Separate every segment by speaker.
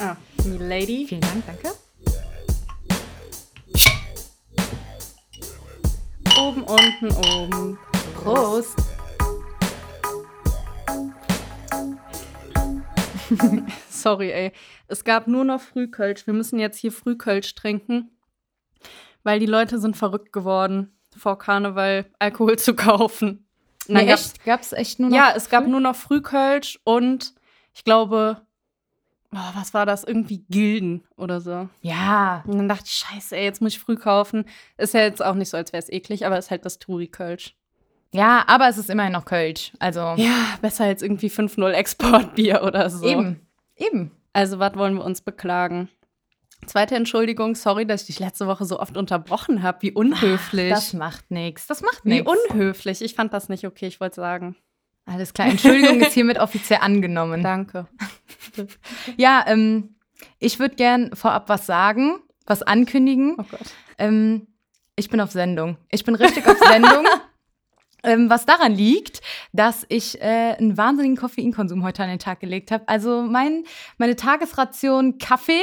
Speaker 1: Ah, Milady.
Speaker 2: Vielen Dank, danke.
Speaker 1: Oben, unten, oben. Prost. Sorry, ey. Es gab nur noch Frühkölsch. Wir müssen jetzt hier Frühkölsch trinken, weil die Leute sind verrückt geworden, vor Karneval Alkohol zu kaufen. Und dann
Speaker 2: Nee,
Speaker 1: gab's-
Speaker 2: echt? Gab's echt nur noch?
Speaker 1: Ja, es gab nur noch Frühkölsch und ich glaube, oh, was war das? Irgendwie Gilden oder so.
Speaker 2: Ja.
Speaker 1: Und dann dachte ich, scheiße, ey, jetzt muss ich früh kaufen. Ist ja jetzt auch nicht so, als wäre es eklig, aber ist halt das Touri-Kölsch.
Speaker 2: Ja, aber es ist immerhin noch Kölsch. Also
Speaker 1: Ja, Ah, besser als irgendwie 5-0 Exportbier oder so.
Speaker 2: eben. Eben.
Speaker 1: Also, was wollen wir uns beklagen? Zweite Entschuldigung, sorry, dass ich dich letzte Woche so oft unterbrochen habe. Wie unhöflich.
Speaker 2: Ah, Das macht nichts. Das macht
Speaker 1: Wie
Speaker 2: nichts.
Speaker 1: unhöflich. Ich fand das nicht okay, ich wollte sagen.
Speaker 2: Alles klar. Entschuldigung ist hiermit offiziell angenommen.
Speaker 1: Danke.
Speaker 2: Ja, ähm, ich würde gern vorab was sagen, was ankündigen.
Speaker 1: Oh Gott.
Speaker 2: Ähm, ich bin auf Sendung. Ich bin richtig auf Sendung. ähm, was daran liegt, dass ich äh, einen wahnsinnigen Koffeinkonsum heute an den Tag gelegt habe. Also mein, meine Tagesration Kaffee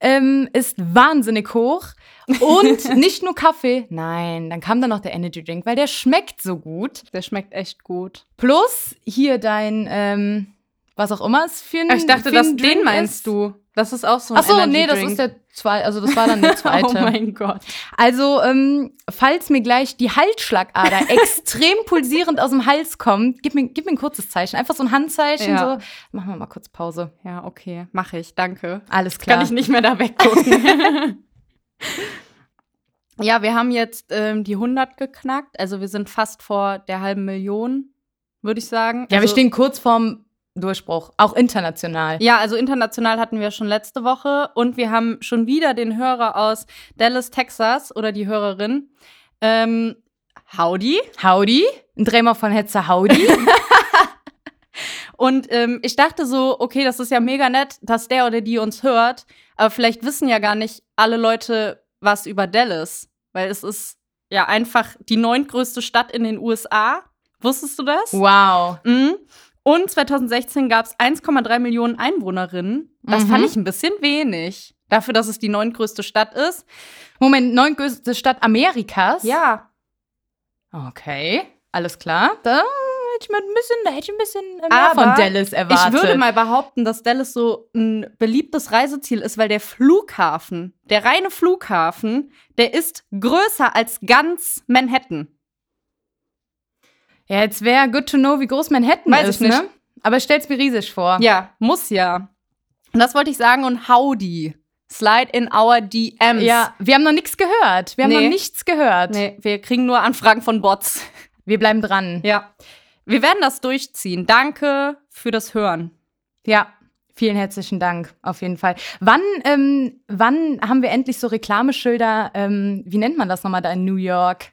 Speaker 2: ähm, ist wahnsinnig hoch. Und nicht nur Kaffee. Nein, dann kam dann noch der Energy Drink, weil der schmeckt so gut.
Speaker 1: Der schmeckt echt gut.
Speaker 2: Plus hier dein, ähm, was auch immer es für ein
Speaker 1: Ich dachte,
Speaker 2: für ein
Speaker 1: das,
Speaker 2: Drink
Speaker 1: den meinst
Speaker 2: ist.
Speaker 1: du. Das ist auch so ein
Speaker 2: Ach so,
Speaker 1: Energy
Speaker 2: nee, das
Speaker 1: Drink.
Speaker 2: ist der zweite, also das war dann der zweite.
Speaker 1: Oh mein Gott.
Speaker 2: Also, ähm, falls mir gleich die Halsschlagader extrem pulsierend aus dem Hals kommt, gib mir, gib mir ein kurzes Zeichen. Einfach so ein Handzeichen,
Speaker 1: Ja.
Speaker 2: so. Machen wir mal kurz Pause.
Speaker 1: Ja, okay, mache ich. Danke.
Speaker 2: Alles klar.
Speaker 1: Kann ich nicht mehr da weggucken. ja, wir haben jetzt ähm, die 100 geknackt. Also wir sind fast vor der halben Million, würde ich sagen.
Speaker 2: ja, wir
Speaker 1: also,
Speaker 2: stehen kurz vorm Durchbruch. Auch international.
Speaker 1: Ja, also international hatten wir schon letzte Woche und wir haben schon wieder den Hörer aus Dallas, Texas oder die Hörerin. Ähm, Howdy.
Speaker 2: Howdy. Ein Drehmer von Hetzer Howdy.
Speaker 1: Und ähm, ich dachte so, okay, das ist ja mega nett, dass der oder die uns hört, aber vielleicht wissen ja gar nicht alle Leute was über Dallas, weil es ist ja einfach die neuntgrößte Stadt in den USA. Wusstest du das?
Speaker 2: wow.
Speaker 1: Mhm. Und 2016 gab es 1,3 Millionen Einwohnerinnen. Das
Speaker 2: Mhm.
Speaker 1: fand ich ein bisschen wenig. Dafür, dass es die neuntgrößte Stadt ist.
Speaker 2: Moment, neuntgrößte Stadt Amerikas.
Speaker 1: Ja.
Speaker 2: Okay. Alles klar. Da hätte ich mir ein bisschen, da hätte ich ein bisschen äh, mehr
Speaker 1: Aber
Speaker 2: von Dallas erwartet.
Speaker 1: Ich würde mal behaupten, dass Dallas so ein beliebtes Reiseziel ist, weil der Flughafen, der reine Flughafen, der ist größer als ganz Manhattan.
Speaker 2: ja, jetzt wäre good to know, wie groß Manhattan
Speaker 1: Weiß
Speaker 2: ist,
Speaker 1: ich nicht.
Speaker 2: ne? Aber stell's mir riesig vor.
Speaker 1: Ja, muss ja. Und das wollte ich sagen und howdy. Slide in our DMs.
Speaker 2: Ja, wir haben noch nichts gehört. Wir haben
Speaker 1: Nee.
Speaker 2: noch nichts gehört.
Speaker 1: Nee, wir kriegen nur Anfragen von Bots.
Speaker 2: Wir bleiben dran.
Speaker 1: Ja. Wir werden das durchziehen. Danke für das Hören.
Speaker 2: Ja, vielen herzlichen Dank, auf jeden Fall. Wann, ähm, wann haben wir endlich so Reklameschilder, ähm, wie nennt man das nochmal da in New York?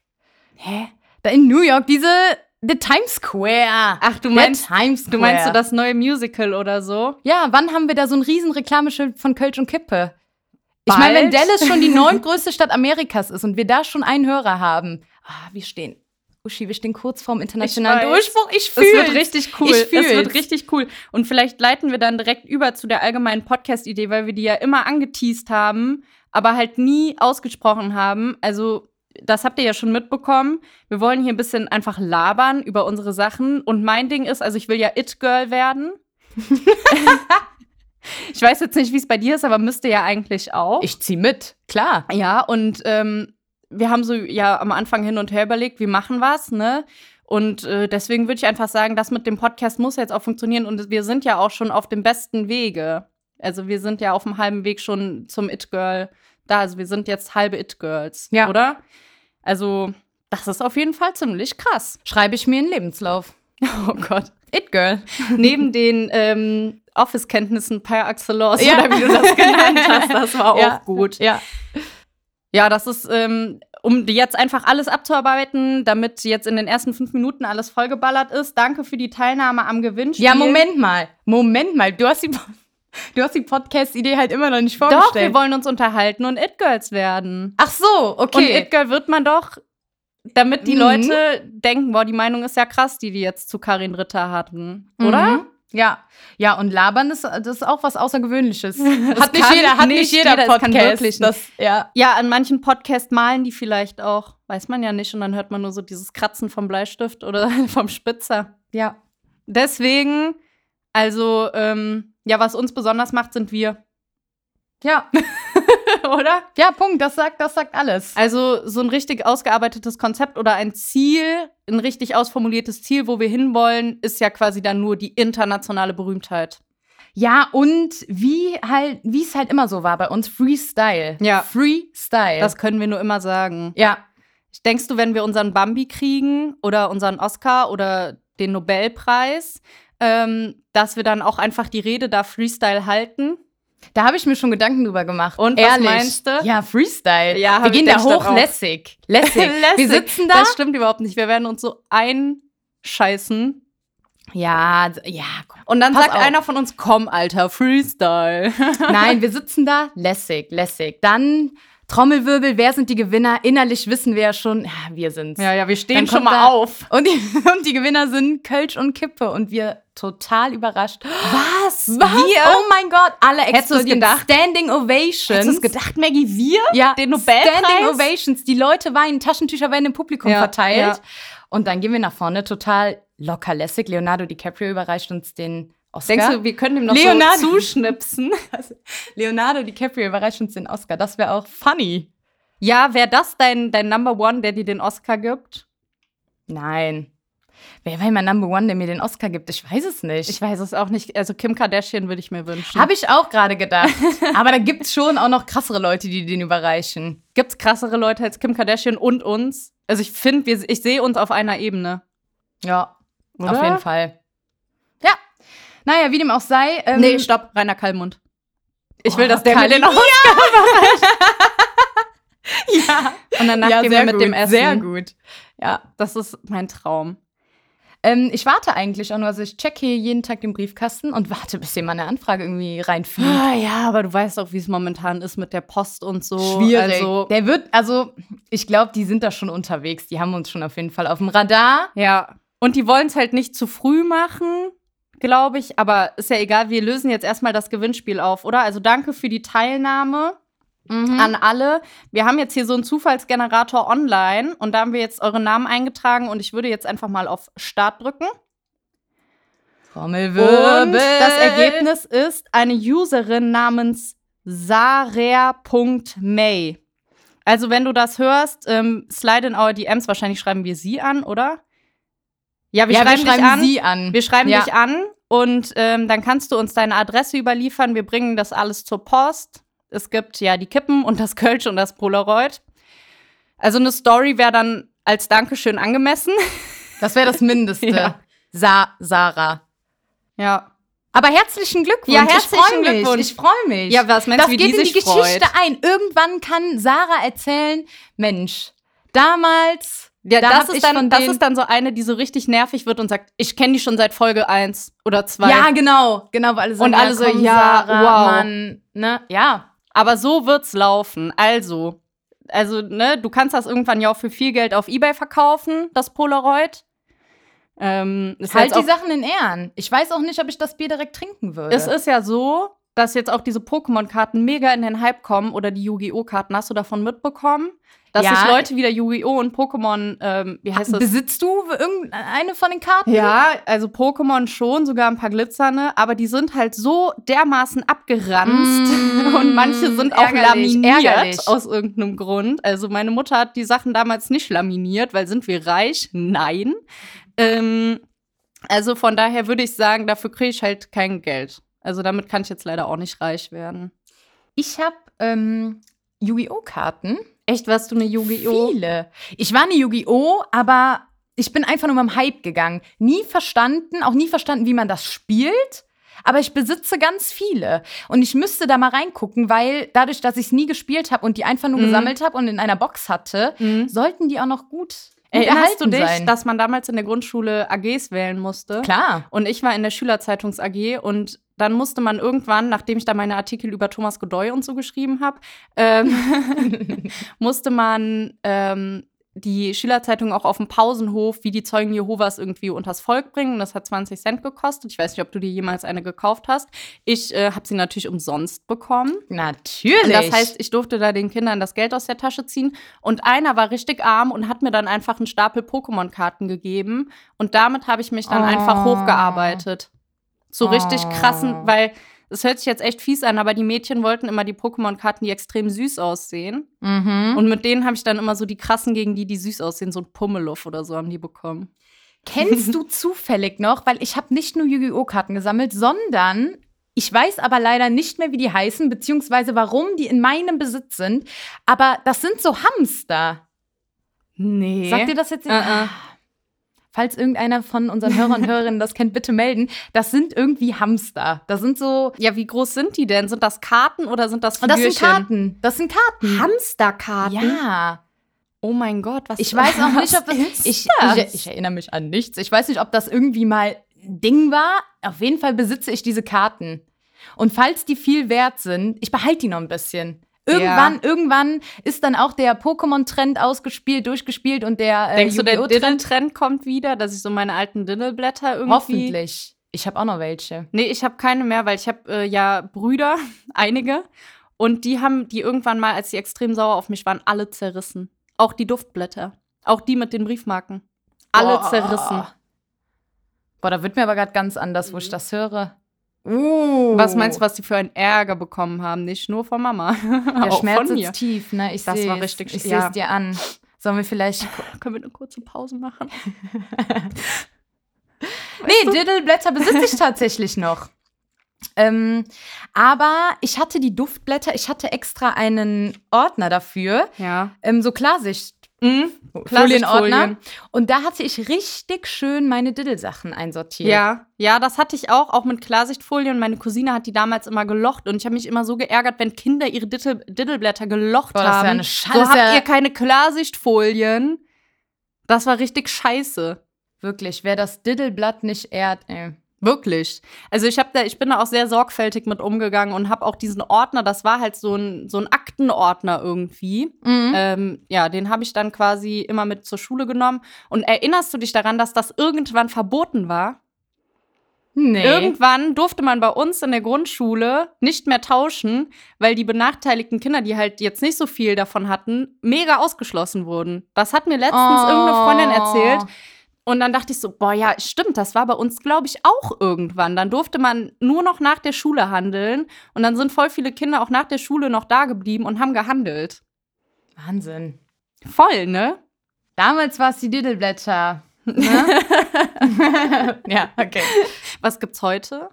Speaker 2: Hä? Da in New York, diese, the Times Square.
Speaker 1: Ach, du
Speaker 2: Der
Speaker 1: meinst,
Speaker 2: Times
Speaker 1: du
Speaker 2: Square.
Speaker 1: meinst so das neue Musical oder so?
Speaker 2: Ja, wann haben wir da so ein riesen Reklameschild von Kölsch und Kippe? Ich meine, wenn
Speaker 1: Bald.
Speaker 2: Dallas schon die neuntgrößte Stadt Amerikas ist und wir da schon einen Hörer haben, ah, wir stehen, Uschi, wir stehen kurz vorm internationalen
Speaker 1: Ich weiß.
Speaker 2: Durchbruch.
Speaker 1: Es
Speaker 2: Ich fühle
Speaker 1: wird richtig cool.
Speaker 2: Ich
Speaker 1: es wird
Speaker 2: fühl's.
Speaker 1: richtig cool. Und vielleicht leiten wir dann direkt über zu der allgemeinen Podcast-Idee, weil wir die ja immer angeteased haben, aber halt nie ausgesprochen haben. Also, das habt ihr ja schon mitbekommen. Wir wollen hier ein bisschen einfach labern über unsere Sachen. Und mein Ding ist, also ich will ja It-Girl werden. ich weiß jetzt nicht, wie es bei dir ist, aber müsste ja eigentlich auch.
Speaker 2: Oh, Ich zieh mit, klar.
Speaker 1: Ja, und ähm, wir haben so ja am Anfang hin und her überlegt, wir machen was, ne? Und äh, deswegen würde ich einfach sagen, das mit dem Podcast muss jetzt auch funktionieren und wir sind ja auch schon auf dem besten Wege. Also wir sind ja auf dem halben Weg schon zum It Girl da. Also wir sind jetzt halbe It Girls,
Speaker 2: Ja.
Speaker 1: oder? Also das ist auf jeden Fall ziemlich krass.
Speaker 2: Schreibe ich mir einen Lebenslauf.
Speaker 1: Oh Gott.
Speaker 2: It Girl.
Speaker 1: Neben den ähm, Office-Kenntnissen per excellence,
Speaker 2: Ja.
Speaker 1: oder wie du das genannt hast, das war
Speaker 2: Ja.
Speaker 1: auch gut.
Speaker 2: Ja.
Speaker 1: Ja, das ist, ähm, um jetzt einfach alles abzuarbeiten, damit jetzt in den ersten fünf Minuten alles vollgeballert ist. Danke für die Teilnahme am Gewinnspiel.
Speaker 2: Ja, Moment mal. Moment mal. Du hast die, du hast die Podcast-Idee halt immer noch nicht
Speaker 1: Doch, wir
Speaker 2: vorgestellt.
Speaker 1: wollen uns unterhalten und It-Girls werden.
Speaker 2: Ach so, okay.
Speaker 1: Und It-Girl wird man doch, damit die
Speaker 2: Mhm.
Speaker 1: Leute denken, boah, die Meinung ist ja krass, die die jetzt zu Karin Ritter hatten, oder?
Speaker 2: Mhm. Ja, ja, und labern ist, das ist auch was Außergewöhnliches.
Speaker 1: Das
Speaker 2: Hat nicht
Speaker 1: kann
Speaker 2: jeder, hat nicht jeder,
Speaker 1: es kann
Speaker 2: Podcast.
Speaker 1: wirklich
Speaker 2: das, ja.
Speaker 1: Ja, an manchen Podcasts malen die vielleicht auch. Weiß man ja nicht. Und dann hört man nur so dieses Kratzen vom Bleistift oder vom Spitzer.
Speaker 2: ja.
Speaker 1: Deswegen, also, ähm, ja, was uns besonders macht, sind wir,
Speaker 2: Ja,
Speaker 1: oder?
Speaker 2: ja, Punkt. Das sagt, das sagt alles.
Speaker 1: Also, so ein richtig ausgearbeitetes Konzept oder ein Ziel, ein richtig ausformuliertes Ziel, wo wir hinwollen, ist ja quasi dann nur die internationale Berühmtheit.
Speaker 2: Ja, und wie halt, wie es halt immer so war bei uns, Freestyle.
Speaker 1: Ja.
Speaker 2: Freestyle.
Speaker 1: Das können wir nur immer sagen.
Speaker 2: ja.
Speaker 1: Denkst du, wenn wir unseren Bambi kriegen oder unseren Oscar oder den Nobelpreis, ähm, dass wir dann auch einfach die Rede da Freestyle halten?
Speaker 2: Da habe ich mir schon Gedanken drüber gemacht.
Speaker 1: Und was
Speaker 2: Ehrlich.
Speaker 1: meinst du?
Speaker 2: Ja, Freestyle.
Speaker 1: Ja, hab
Speaker 2: wir
Speaker 1: ich
Speaker 2: gehen da
Speaker 1: denk ich
Speaker 2: hoch
Speaker 1: doch auch.
Speaker 2: lässig. lässig. Wir
Speaker 1: Lässig.
Speaker 2: sitzen da.
Speaker 1: Das stimmt überhaupt nicht. Wir werden uns so einscheißen.
Speaker 2: Ja, ja, komm.
Speaker 1: Und dann
Speaker 2: Pass
Speaker 1: sagt
Speaker 2: auf.
Speaker 1: einer von uns, komm, Alter, Freestyle.
Speaker 2: Nein, wir sitzen da, lässig, lässig. Dann Trommelwirbel, wer sind die Gewinner? Innerlich wissen wir ja schon, ja, wir sind's.
Speaker 1: ja, wir
Speaker 2: Dann
Speaker 1: stehen
Speaker 2: kommt da-
Speaker 1: auf.
Speaker 2: Und, die, und die Gewinner sind Kölsch und Kippe und wir total überrascht.
Speaker 1: Was?
Speaker 2: Was?
Speaker 1: Wir?
Speaker 2: Oh mein Gott, alle
Speaker 1: Hättest du es
Speaker 2: explodieren.
Speaker 1: gedacht?
Speaker 2: Standing Ovations.
Speaker 1: Hättest du es gedacht, Maggie, wir?
Speaker 2: Ja,
Speaker 1: Den Nobelpreis?
Speaker 2: Standing Ovations. Die Leute weinen, Taschentücher werden im Publikum
Speaker 1: Ja,
Speaker 2: verteilt.
Speaker 1: ja.
Speaker 2: Und dann gehen wir nach vorne, total locker lässig. Leonardo DiCaprio überreicht uns den Oscar.
Speaker 1: Denkst du, wir können dem noch
Speaker 2: Leonardo.
Speaker 1: so zuschnipsen?
Speaker 2: Leonardo DiCaprio überreicht uns den Oscar. Das wäre auch funny.
Speaker 1: Ja, wäre das dein, dein Number One, der dir den Oscar gibt?
Speaker 2: Nein. Wer war mein Number One, der mir den Oscar gibt? Ich weiß es
Speaker 1: Ich
Speaker 2: nicht.
Speaker 1: weiß es auch nicht. Also Kim Kardashian würde ich mir wünschen.
Speaker 2: Habe ich auch gerade gedacht. Aber da gibt es schon auch noch krassere Leute, die den überreichen.
Speaker 1: Gibt's krassere Leute als Kim Kardashian und uns? Also ich finde, wir- ich sehe uns auf einer Ebene.
Speaker 2: Ja,
Speaker 1: Oder?
Speaker 2: auf jeden Fall. Ja. Naja, wie dem auch sei. Ähm,
Speaker 1: Nee, stopp, Rainer Kallmund. Ich will,
Speaker 2: Oh,
Speaker 1: dass der mir
Speaker 2: Kalli-
Speaker 1: den Oscar
Speaker 2: ja.
Speaker 1: Und danach
Speaker 2: ja,
Speaker 1: gehen
Speaker 2: sehr
Speaker 1: wir mit
Speaker 2: gut,
Speaker 1: dem Essen.
Speaker 2: Sehr gut. Ja.
Speaker 1: Das ist mein Traum.
Speaker 2: Ähm, ich warte eigentlich auch nur. Also ich checke hier jeden Tag den Briefkasten und warte, bis hier mal eine Anfrage irgendwie reinfliegt.
Speaker 1: Ah, ja, aber du weißt auch, wie es momentan ist mit der Post und so.
Speaker 2: Schwierig.
Speaker 1: Also,
Speaker 2: der wird, also ich glaube, die sind da schon unterwegs. Die haben uns schon auf jeden Fall auf dem Radar.
Speaker 1: ja. Und die wollen es halt nicht zu früh machen, glaube ich. Aber ist ja egal, wir lösen jetzt erstmal das Gewinnspiel auf, oder? Also danke für die Teilnahme
Speaker 2: Mhm.
Speaker 1: an alle. Wir haben jetzt hier so einen Zufallsgenerator online und da haben wir jetzt eure Namen eingetragen und ich würde jetzt einfach mal auf Start drücken.
Speaker 2: Trommelwirbel.
Speaker 1: Und das Ergebnis ist eine Userin namens sarer.may. Also, wenn du das hörst, ähm, slide in our DMs. Wahrscheinlich schreiben wir sie an, oder? Ja, wir
Speaker 2: ja,
Speaker 1: schreiben,
Speaker 2: wir schreiben
Speaker 1: dich an.
Speaker 2: sie an.
Speaker 1: Wir schreiben
Speaker 2: ja.
Speaker 1: dich an und ähm, dann kannst du uns deine Adresse überliefern. Wir bringen das alles zur Post. Es gibt ja die Kippen und das Kölsch und das Polaroid. Also, eine Story wäre dann als Dankeschön angemessen.
Speaker 2: Das wäre das Mindeste.
Speaker 1: Ja.
Speaker 2: Sa Sarah.
Speaker 1: Ja.
Speaker 2: Aber herzlichen Glückwunsch.
Speaker 1: Ja, herzlichen
Speaker 2: ich freu mich.
Speaker 1: Glückwunsch.
Speaker 2: Ich freue mich.
Speaker 1: Ja, was meinst
Speaker 2: das
Speaker 1: du, wie
Speaker 2: geht
Speaker 1: die
Speaker 2: in die
Speaker 1: sich
Speaker 2: Geschichte
Speaker 1: freut?
Speaker 2: ein. Irgendwann kann Sarah erzählen, Mensch, damals.
Speaker 1: Ja,
Speaker 2: da
Speaker 1: das,
Speaker 2: hab
Speaker 1: ist
Speaker 2: ich
Speaker 1: dann,
Speaker 2: von
Speaker 1: das
Speaker 2: denen-
Speaker 1: ist dann so eine, die so richtig nervig wird und sagt, ich kenne die schon seit Folge 1 oder 2.
Speaker 2: Ja, genau, genau, weil alle sagen,
Speaker 1: Und alle
Speaker 2: ja,
Speaker 1: so,
Speaker 2: komm,
Speaker 1: ja,
Speaker 2: Sarah,
Speaker 1: wow.
Speaker 2: Mann, ne? Ja,
Speaker 1: Aber so wird's laufen. Also, also, ne, du kannst das irgendwann ja auch für viel Geld auf Ebay verkaufen, das Polaroid. Ähm, ist
Speaker 2: halt
Speaker 1: jetzt
Speaker 2: die
Speaker 1: auch,
Speaker 2: Sachen in Ehren. Ich weiß auch nicht, ob ich das Bier direkt trinken würde.
Speaker 1: es ist ja so, dass jetzt auch diese Pokémon-Karten mega in den Hype kommen oder die Yu-Gi-Oh!-Karten. Hast du davon mitbekommen? Dass
Speaker 2: Ja.
Speaker 1: sich Leute wieder Yu-Gi-Oh! und Pokémon, ähm, wie heißt das?
Speaker 2: Besitzt du irgendeine von den Karten?
Speaker 1: Ja, also Pokémon schon, sogar ein paar glitzerne, aber die sind halt so dermaßen abgeranzt
Speaker 2: Mm,
Speaker 1: und manche sind auch
Speaker 2: ärgerlich,
Speaker 1: laminiert
Speaker 2: ärgerlich.
Speaker 1: aus irgendeinem Grund. Also meine Mutter hat die Sachen damals nicht laminiert, weil sind wir reich? Nein. Ähm, also von daher würde ich sagen, dafür kriege ich halt kein Geld. Also damit kann ich jetzt leider auch nicht reich werden.
Speaker 2: Ich habe ähm, Yu-Gi-Oh! Karten.
Speaker 1: Echt, warst du eine Yu-Gi-Oh?
Speaker 2: Viele. Ich war eine Yu-Gi-Oh!, aber ich bin einfach nur mit dem Hype gegangen. Nie verstanden, auch nie verstanden, wie man das spielt. Aber ich besitze ganz viele. Und ich müsste da mal reingucken, weil dadurch, dass ich es nie gespielt habe und die einfach nur
Speaker 1: Mhm.
Speaker 2: gesammelt habe und in einer Box hatte,
Speaker 1: Mhm.
Speaker 2: sollten die auch noch gut, gut
Speaker 1: Erinnerst du
Speaker 2: erhalten
Speaker 1: dich,
Speaker 2: sein.
Speaker 1: dass man damals in der Grundschule AGs wählen musste?
Speaker 2: Klar.
Speaker 1: Und ich war in der Schülerzeitungs AG und dann musste man irgendwann, nachdem ich da meine Artikel über Thomas Godoy und so geschrieben habe, ähm, musste man ähm, die Schülerzeitung auch auf dem Pausenhof, wie die Zeugen Jehovas irgendwie unters Volk bringen. Das hat 20 Cent gekostet. Ich weiß nicht, ob du dir jemals eine gekauft hast. Ich äh, habe sie natürlich umsonst bekommen.
Speaker 2: Natürlich.
Speaker 1: Und das heißt, ich durfte da den Kindern das Geld aus der Tasche ziehen. Und einer war richtig arm und hat mir dann einfach einen Stapel Pokémon-Karten gegeben. Und damit habe ich mich dann
Speaker 2: Oh.
Speaker 1: einfach hochgearbeitet. So richtig
Speaker 2: Oh.
Speaker 1: krassen, weil es hört sich jetzt echt fies an, aber die Mädchen wollten immer die Pokémon-Karten, die extrem süß aussehen.
Speaker 2: mhm.
Speaker 1: Und mit denen habe ich dann immer so die krassen gegen die, die süß aussehen, so ein Pummeluff oder so haben die bekommen.
Speaker 2: Kennst du zufällig noch, weil ich habe nicht nur Yu-Gi-Oh! Karten gesammelt, sondern ich weiß aber leider nicht mehr, wie die heißen, beziehungsweise warum die in meinem Besitz sind. Aber das sind so Hamster.
Speaker 1: Nee.
Speaker 2: Sagt ihr das jetzt? nicht?
Speaker 1: Äh, äh.
Speaker 2: Falls irgendeiner von unseren Hörern und Hörerinnen das kennt, bitte melden. Das sind irgendwie Hamster. Das sind so.
Speaker 1: Ja, wie groß sind die denn? Sind das Karten oder sind das
Speaker 2: Und das
Speaker 1: Figürchen?
Speaker 2: sind Karten. Das sind Karten.
Speaker 1: Hamsterkarten?
Speaker 2: Ja.
Speaker 1: Oh mein Gott, was
Speaker 2: Ich weiß auch nicht, ob das.
Speaker 1: was ist
Speaker 2: Ich,
Speaker 1: das?
Speaker 2: ich, ich erinnere mich an nichts. Ich weiß nicht, ob das irgendwie mal ein Ding war. Auf jeden Fall besitze ich diese Karten. Und falls die viel wert sind, ich behalte die noch ein bisschen. Irgendwann, irgendwann ist dann auch der Pokémon-Trend ausgespielt, durchgespielt und der äh,
Speaker 1: Denkst du, der
Speaker 2: Yu-Gi-Oh!
Speaker 1: Diddle-Trend kommt wieder, dass ich so meine alten Diddle-Blätter irgendwie.
Speaker 2: Hoffentlich. Ich habe auch noch welche.
Speaker 1: Nee, ich habe keine mehr, weil ich habe äh, ja Brüder, einige. Und die haben die irgendwann mal, als sie extrem sauer auf mich waren, alle zerrissen. Auch die Duftblätter. Auch die mit den Briefmarken. Alle
Speaker 2: Boah.
Speaker 1: zerrissen. Mhm.
Speaker 2: Boah, da wird mir aber gerade ganz anders, wo ich das höre.
Speaker 1: Was meinst du, was die für einen Ärger bekommen haben? Nicht nur von Mama.
Speaker 2: Der
Speaker 1: auch
Speaker 2: Schmerz
Speaker 1: von
Speaker 2: sitzt tief, ne? Ich
Speaker 1: Das war
Speaker 2: seh's.
Speaker 1: richtig sch-
Speaker 2: Ich sehe
Speaker 1: ja.
Speaker 2: es dir an. Sollen wir vielleicht
Speaker 1: Können wir eine kurze Pause machen?
Speaker 2: Nee, Diddleblätter besitze ich tatsächlich noch. Ähm, aber ich hatte die Duftblätter, ich hatte extra einen Ordner dafür,
Speaker 1: Ja.
Speaker 2: ähm, so Klarsicht.
Speaker 1: Mhm.
Speaker 2: Folienordner.
Speaker 1: Folienfolien.
Speaker 2: Und da hatte ich richtig schön meine Diddle-Sachen einsortiert.
Speaker 1: Ja, ja, das hatte ich auch, auch mit Klarsichtfolie. Und meine Cousine hat die damals immer gelocht. Und ich habe mich immer so geärgert, wenn Kinder ihre Dittel, Diddleblätter gelocht
Speaker 2: Boah, das ist ja
Speaker 1: haben.
Speaker 2: eine Scheiße.
Speaker 1: so habt ihr keine Klarsichtfolien. Das war richtig scheiße.
Speaker 2: Wirklich, wer das Diddleblatt nicht ehrt, ey.
Speaker 1: Wirklich. Also ich, hab da, ich bin da auch sehr sorgfältig mit umgegangen und habe auch diesen Ordner, das war halt so ein, so ein Aktenordner irgendwie.
Speaker 2: Mhm.
Speaker 1: Ähm, ja, den habe ich dann quasi immer mit zur Schule genommen. Und erinnerst du dich daran, dass das irgendwann verboten war?
Speaker 2: nee.
Speaker 1: Irgendwann durfte man bei uns in der Grundschule nicht mehr tauschen, weil die benachteiligten Kinder, die halt jetzt nicht so viel davon hatten, mega ausgeschlossen wurden. Das hat mir letztens
Speaker 2: Oh.
Speaker 1: irgendeine Freundin erzählt. Und dann dachte ich so, boah, ja, stimmt, das war bei uns, glaube ich, auch irgendwann. Dann durfte man nur noch nach der Schule handeln. Und dann sind voll viele Kinder auch nach der Schule noch da geblieben und haben gehandelt.
Speaker 2: Wahnsinn.
Speaker 1: Voll, ne?
Speaker 2: Damals war es die Diddleblätter. Ne? ja, okay.
Speaker 1: Was gibt's heute?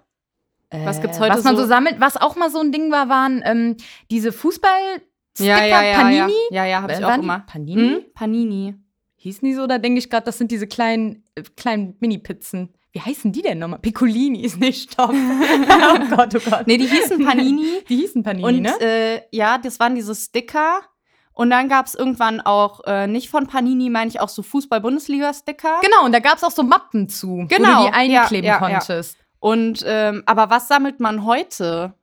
Speaker 1: Was
Speaker 2: Äh,
Speaker 1: gibt's heute
Speaker 2: Was man so,
Speaker 1: so
Speaker 2: sammelt, was auch mal so ein Ding war, waren ähm, diese Fußball-Sticker,
Speaker 1: Ja,
Speaker 2: Panini.
Speaker 1: ja, ja habe ich
Speaker 2: Äh,
Speaker 1: auch
Speaker 2: waren die
Speaker 1: immer.
Speaker 2: Panini?
Speaker 1: Hm? Panini.
Speaker 2: Hießen die so? Da denke ich gerade, das sind diese kleinen, äh, kleinen Mini-Pizzen. Wie heißen die denn nochmal? Piccolini ist nicht stopp. oh Gott, oh Gott.
Speaker 1: Nee, die hießen Panini.
Speaker 2: Die hießen Panini,
Speaker 1: Und
Speaker 2: ne?
Speaker 1: äh, ja, das waren diese Sticker. Und dann gab es irgendwann auch, äh, nicht von Panini, meine ich auch so Fußball-Bundesliga-Sticker.
Speaker 2: Genau, und da gab es auch so Mappen zu,
Speaker 1: Genau,
Speaker 2: wo du die
Speaker 1: ja,
Speaker 2: einkleben
Speaker 1: ja, ja.
Speaker 2: konntest.
Speaker 1: Und ähm, aber was sammelt man heute?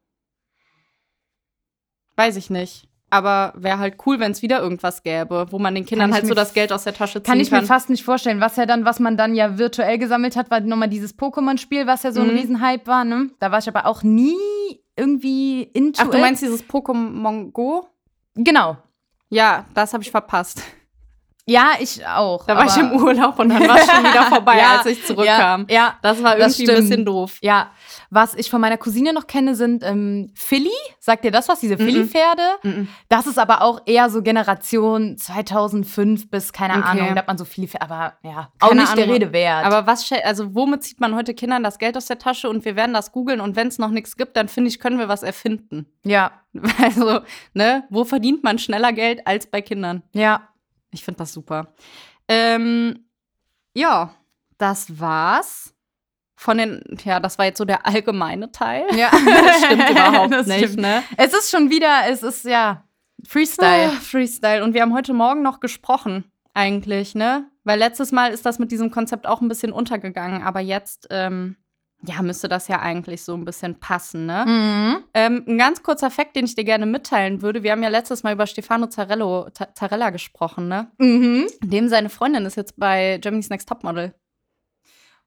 Speaker 1: Weiß ich nicht. Aber wäre halt cool, wenn es wieder irgendwas gäbe, wo man den Kindern
Speaker 2: ich
Speaker 1: halt so
Speaker 2: mir
Speaker 1: das Geld aus der Tasche ziehen
Speaker 2: Kann
Speaker 1: kann.
Speaker 2: ich mir fast nicht vorstellen, was ja dann, was man dann ja virtuell gesammelt hat, war nochmal dieses Pokémon-Spiel, was ja so ein
Speaker 1: Mhm.
Speaker 2: Riesenhype war, ne? Da war ich aber auch nie irgendwie into
Speaker 1: Ach, du
Speaker 2: it.
Speaker 1: meinst dieses Pokémon Go?
Speaker 2: Genau.
Speaker 1: Ja, das habe ich verpasst.
Speaker 2: Ja, ich auch.
Speaker 1: Da war ich im Urlaub und dann war es schon wieder vorbei,
Speaker 2: Ja,
Speaker 1: als ich zurückkam.
Speaker 2: Ja, ja.
Speaker 1: Das war
Speaker 2: Das
Speaker 1: irgendwie ein bisschen
Speaker 2: stimmt.
Speaker 1: doof.
Speaker 2: Ja, was ich von meiner Cousine noch kenne, sind ähm, Philly. Sagt ihr das was? Diese Philly-Pferde?
Speaker 1: Mhm.
Speaker 2: Das ist aber auch eher so Generation 2005 bis, keine
Speaker 1: Okay.
Speaker 2: Ahnung, da hat man so viele Pferde, aber ja, auch
Speaker 1: Keine
Speaker 2: nicht der
Speaker 1: Ahnung.
Speaker 2: Rede wert.
Speaker 1: Aber was, schä- also womit zieht man heute Kindern das Geld aus der Tasche und wir werden das googeln und wenn es noch nichts gibt, dann finde ich, können wir was erfinden.
Speaker 2: ja,
Speaker 1: Also, ne, wo verdient man schneller Geld als bei Kindern?
Speaker 2: ja.
Speaker 1: Ich finde das super. Ähm, ja, das war's. Von den, ja, das war jetzt so der allgemeine Teil.
Speaker 2: ja.
Speaker 1: Das stimmt überhaupt
Speaker 2: Das
Speaker 1: nicht,
Speaker 2: stimmt.
Speaker 1: ne?
Speaker 2: Es ist schon wieder, es ist ja
Speaker 1: Freestyle.
Speaker 2: Freestyle.
Speaker 1: Freestyle. Und wir haben heute Morgen noch gesprochen, eigentlich, ne? Weil letztes Mal ist das mit diesem Konzept auch ein bisschen untergegangen, aber jetzt ähm, ja, müsste das ja eigentlich so ein bisschen passen, ne?
Speaker 2: Mhm.
Speaker 1: Ähm, ein ganz kurzer Fakt, den ich dir gerne mitteilen würde. Wir haben ja letztes Mal über Stefano Zarello, Ta- Zarella gesprochen, ne?
Speaker 2: Mhm.
Speaker 1: Dem seine Freundin ist jetzt bei Germany's Next Topmodel.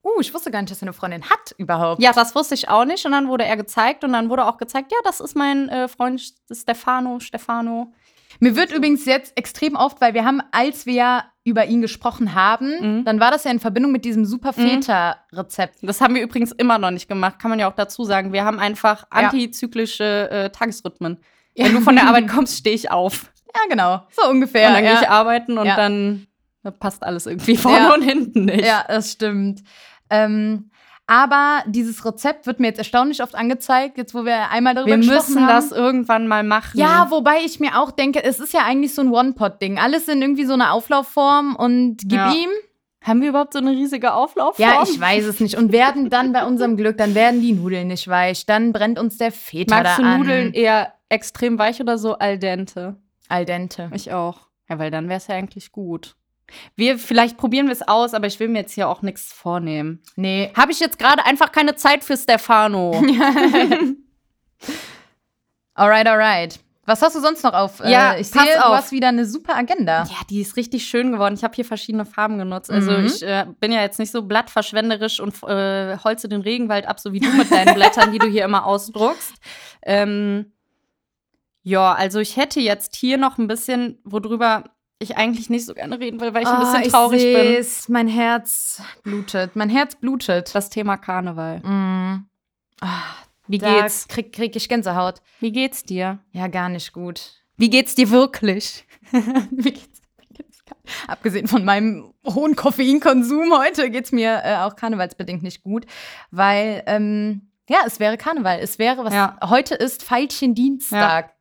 Speaker 2: Uh, ich wusste gar nicht, dass er eine Freundin hat überhaupt.
Speaker 1: Ja, das wusste ich auch nicht. Und dann wurde er gezeigt und dann wurde auch gezeigt, ja, das ist mein äh, Freund Stefano, Stefano.
Speaker 2: Mir wird übrigens jetzt extrem oft, weil wir haben, als wir ja über ihn gesprochen haben,
Speaker 1: Mhm.
Speaker 2: dann war das ja in Verbindung mit diesem super Feta-Rezept.
Speaker 1: Das haben wir übrigens immer noch nicht gemacht, kann man ja auch dazu sagen. Wir haben einfach antizyklische äh, Tagesrhythmen. Wenn du von der Arbeit kommst, stehe ich auf.
Speaker 2: Ja, genau. So ungefähr.
Speaker 1: und dann
Speaker 2: ja.
Speaker 1: gehe ich arbeiten und
Speaker 2: Ja.
Speaker 1: dann passt alles irgendwie vorne
Speaker 2: Ja.
Speaker 1: und hinten nicht.
Speaker 2: Ja, das stimmt. Ähm, aber dieses Rezept wird mir jetzt erstaunlich oft angezeigt, jetzt wo wir einmal darüber
Speaker 1: Wir
Speaker 2: gesprochen
Speaker 1: müssen
Speaker 2: haben.
Speaker 1: das irgendwann mal machen.
Speaker 2: ja, wobei ich mir auch denke, es ist ja eigentlich so ein One-Pot-Ding. Alles in irgendwie so einer Auflaufform und gib
Speaker 1: Ja.
Speaker 2: ihm.
Speaker 1: Haben wir überhaupt so eine riesige Auflaufform?
Speaker 2: Ja, ich weiß es nicht. Und werden dann bei unserem Glück, dann werden die Nudeln nicht weich, dann brennt uns der Feta
Speaker 1: Magst
Speaker 2: da
Speaker 1: du
Speaker 2: an.
Speaker 1: Nudeln eher extrem weich oder so al dente?
Speaker 2: Al dente.
Speaker 1: Ich auch. Ja, weil dann wäre es ja eigentlich gut. Wir, vielleicht probieren wir es aus, aber ich will mir jetzt hier auch nichts vornehmen.
Speaker 2: Nee.
Speaker 1: Habe ich jetzt gerade einfach keine Zeit für Stefano.
Speaker 2: Alright, alright. Was hast du sonst noch auf? äh,
Speaker 1: Ja,
Speaker 2: ich
Speaker 1: pass
Speaker 2: sehe, du
Speaker 1: auf.
Speaker 2: hast wieder eine super Agenda.
Speaker 1: Ja, die ist richtig schön geworden. Ich habe hier verschiedene Farben genutzt. Also
Speaker 2: Mhm.
Speaker 1: ich äh, bin ja jetzt nicht so blattverschwenderisch und äh, holze den Regenwald ab, so wie du mit deinen Blättern, die du hier immer ausdruckst. Ähm, ja, also ich hätte jetzt hier noch ein bisschen, worüber ich eigentlich nicht so gerne reden will, weil ich ein bisschen traurig bin.
Speaker 2: bin. Ah, Mein Herz blutet. Mein Herz blutet.
Speaker 1: Das Thema Karneval.
Speaker 2: Mm.
Speaker 1: Wie
Speaker 2: Da
Speaker 1: geht's?
Speaker 2: krieg, krieg ich Gänsehaut.
Speaker 1: Wie geht's dir?
Speaker 2: Ja, gar nicht gut.
Speaker 1: Wie geht's dir wirklich?
Speaker 2: Mir geht's, mir geht's gar- Abgesehen von meinem hohen Koffeinkonsum heute geht es mir äh, auch karnevalsbedingt nicht gut, weil ähm, ja, es wäre Karneval. Es wäre, was
Speaker 1: Ja.
Speaker 2: heute ist, Veilchendienstag.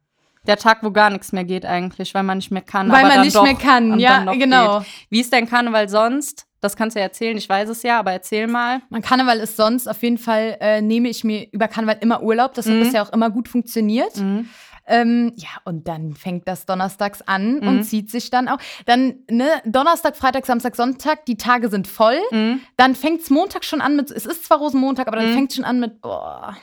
Speaker 1: Der Tag, wo gar nichts mehr geht eigentlich, weil man nicht mehr kann.
Speaker 2: Weil
Speaker 1: aber
Speaker 2: man
Speaker 1: dann
Speaker 2: nicht
Speaker 1: doch
Speaker 2: mehr kann.
Speaker 1: und
Speaker 2: Ja,
Speaker 1: dann doch
Speaker 2: genau.
Speaker 1: geht. Wie ist dein Karneval sonst? Das kannst du ja erzählen, ich weiß es ja, aber erzähl mal.
Speaker 2: Mein Karneval ist sonst, auf jeden Fall äh, nehme ich mir über Karneval immer Urlaub. Das hat
Speaker 1: Mhm.
Speaker 2: bisher auch immer gut funktioniert. Ähm, ja, und dann fängt das donnerstags an
Speaker 1: Mhm.
Speaker 2: und zieht sich dann auch. Dann, ne, Donnerstag, Freitag, Samstag, Sonntag, die Tage sind voll. Dann fängt es Montag schon an mit, es ist zwar Rosenmontag, aber dann
Speaker 1: Mhm.
Speaker 2: fängt es schon an mit, boah,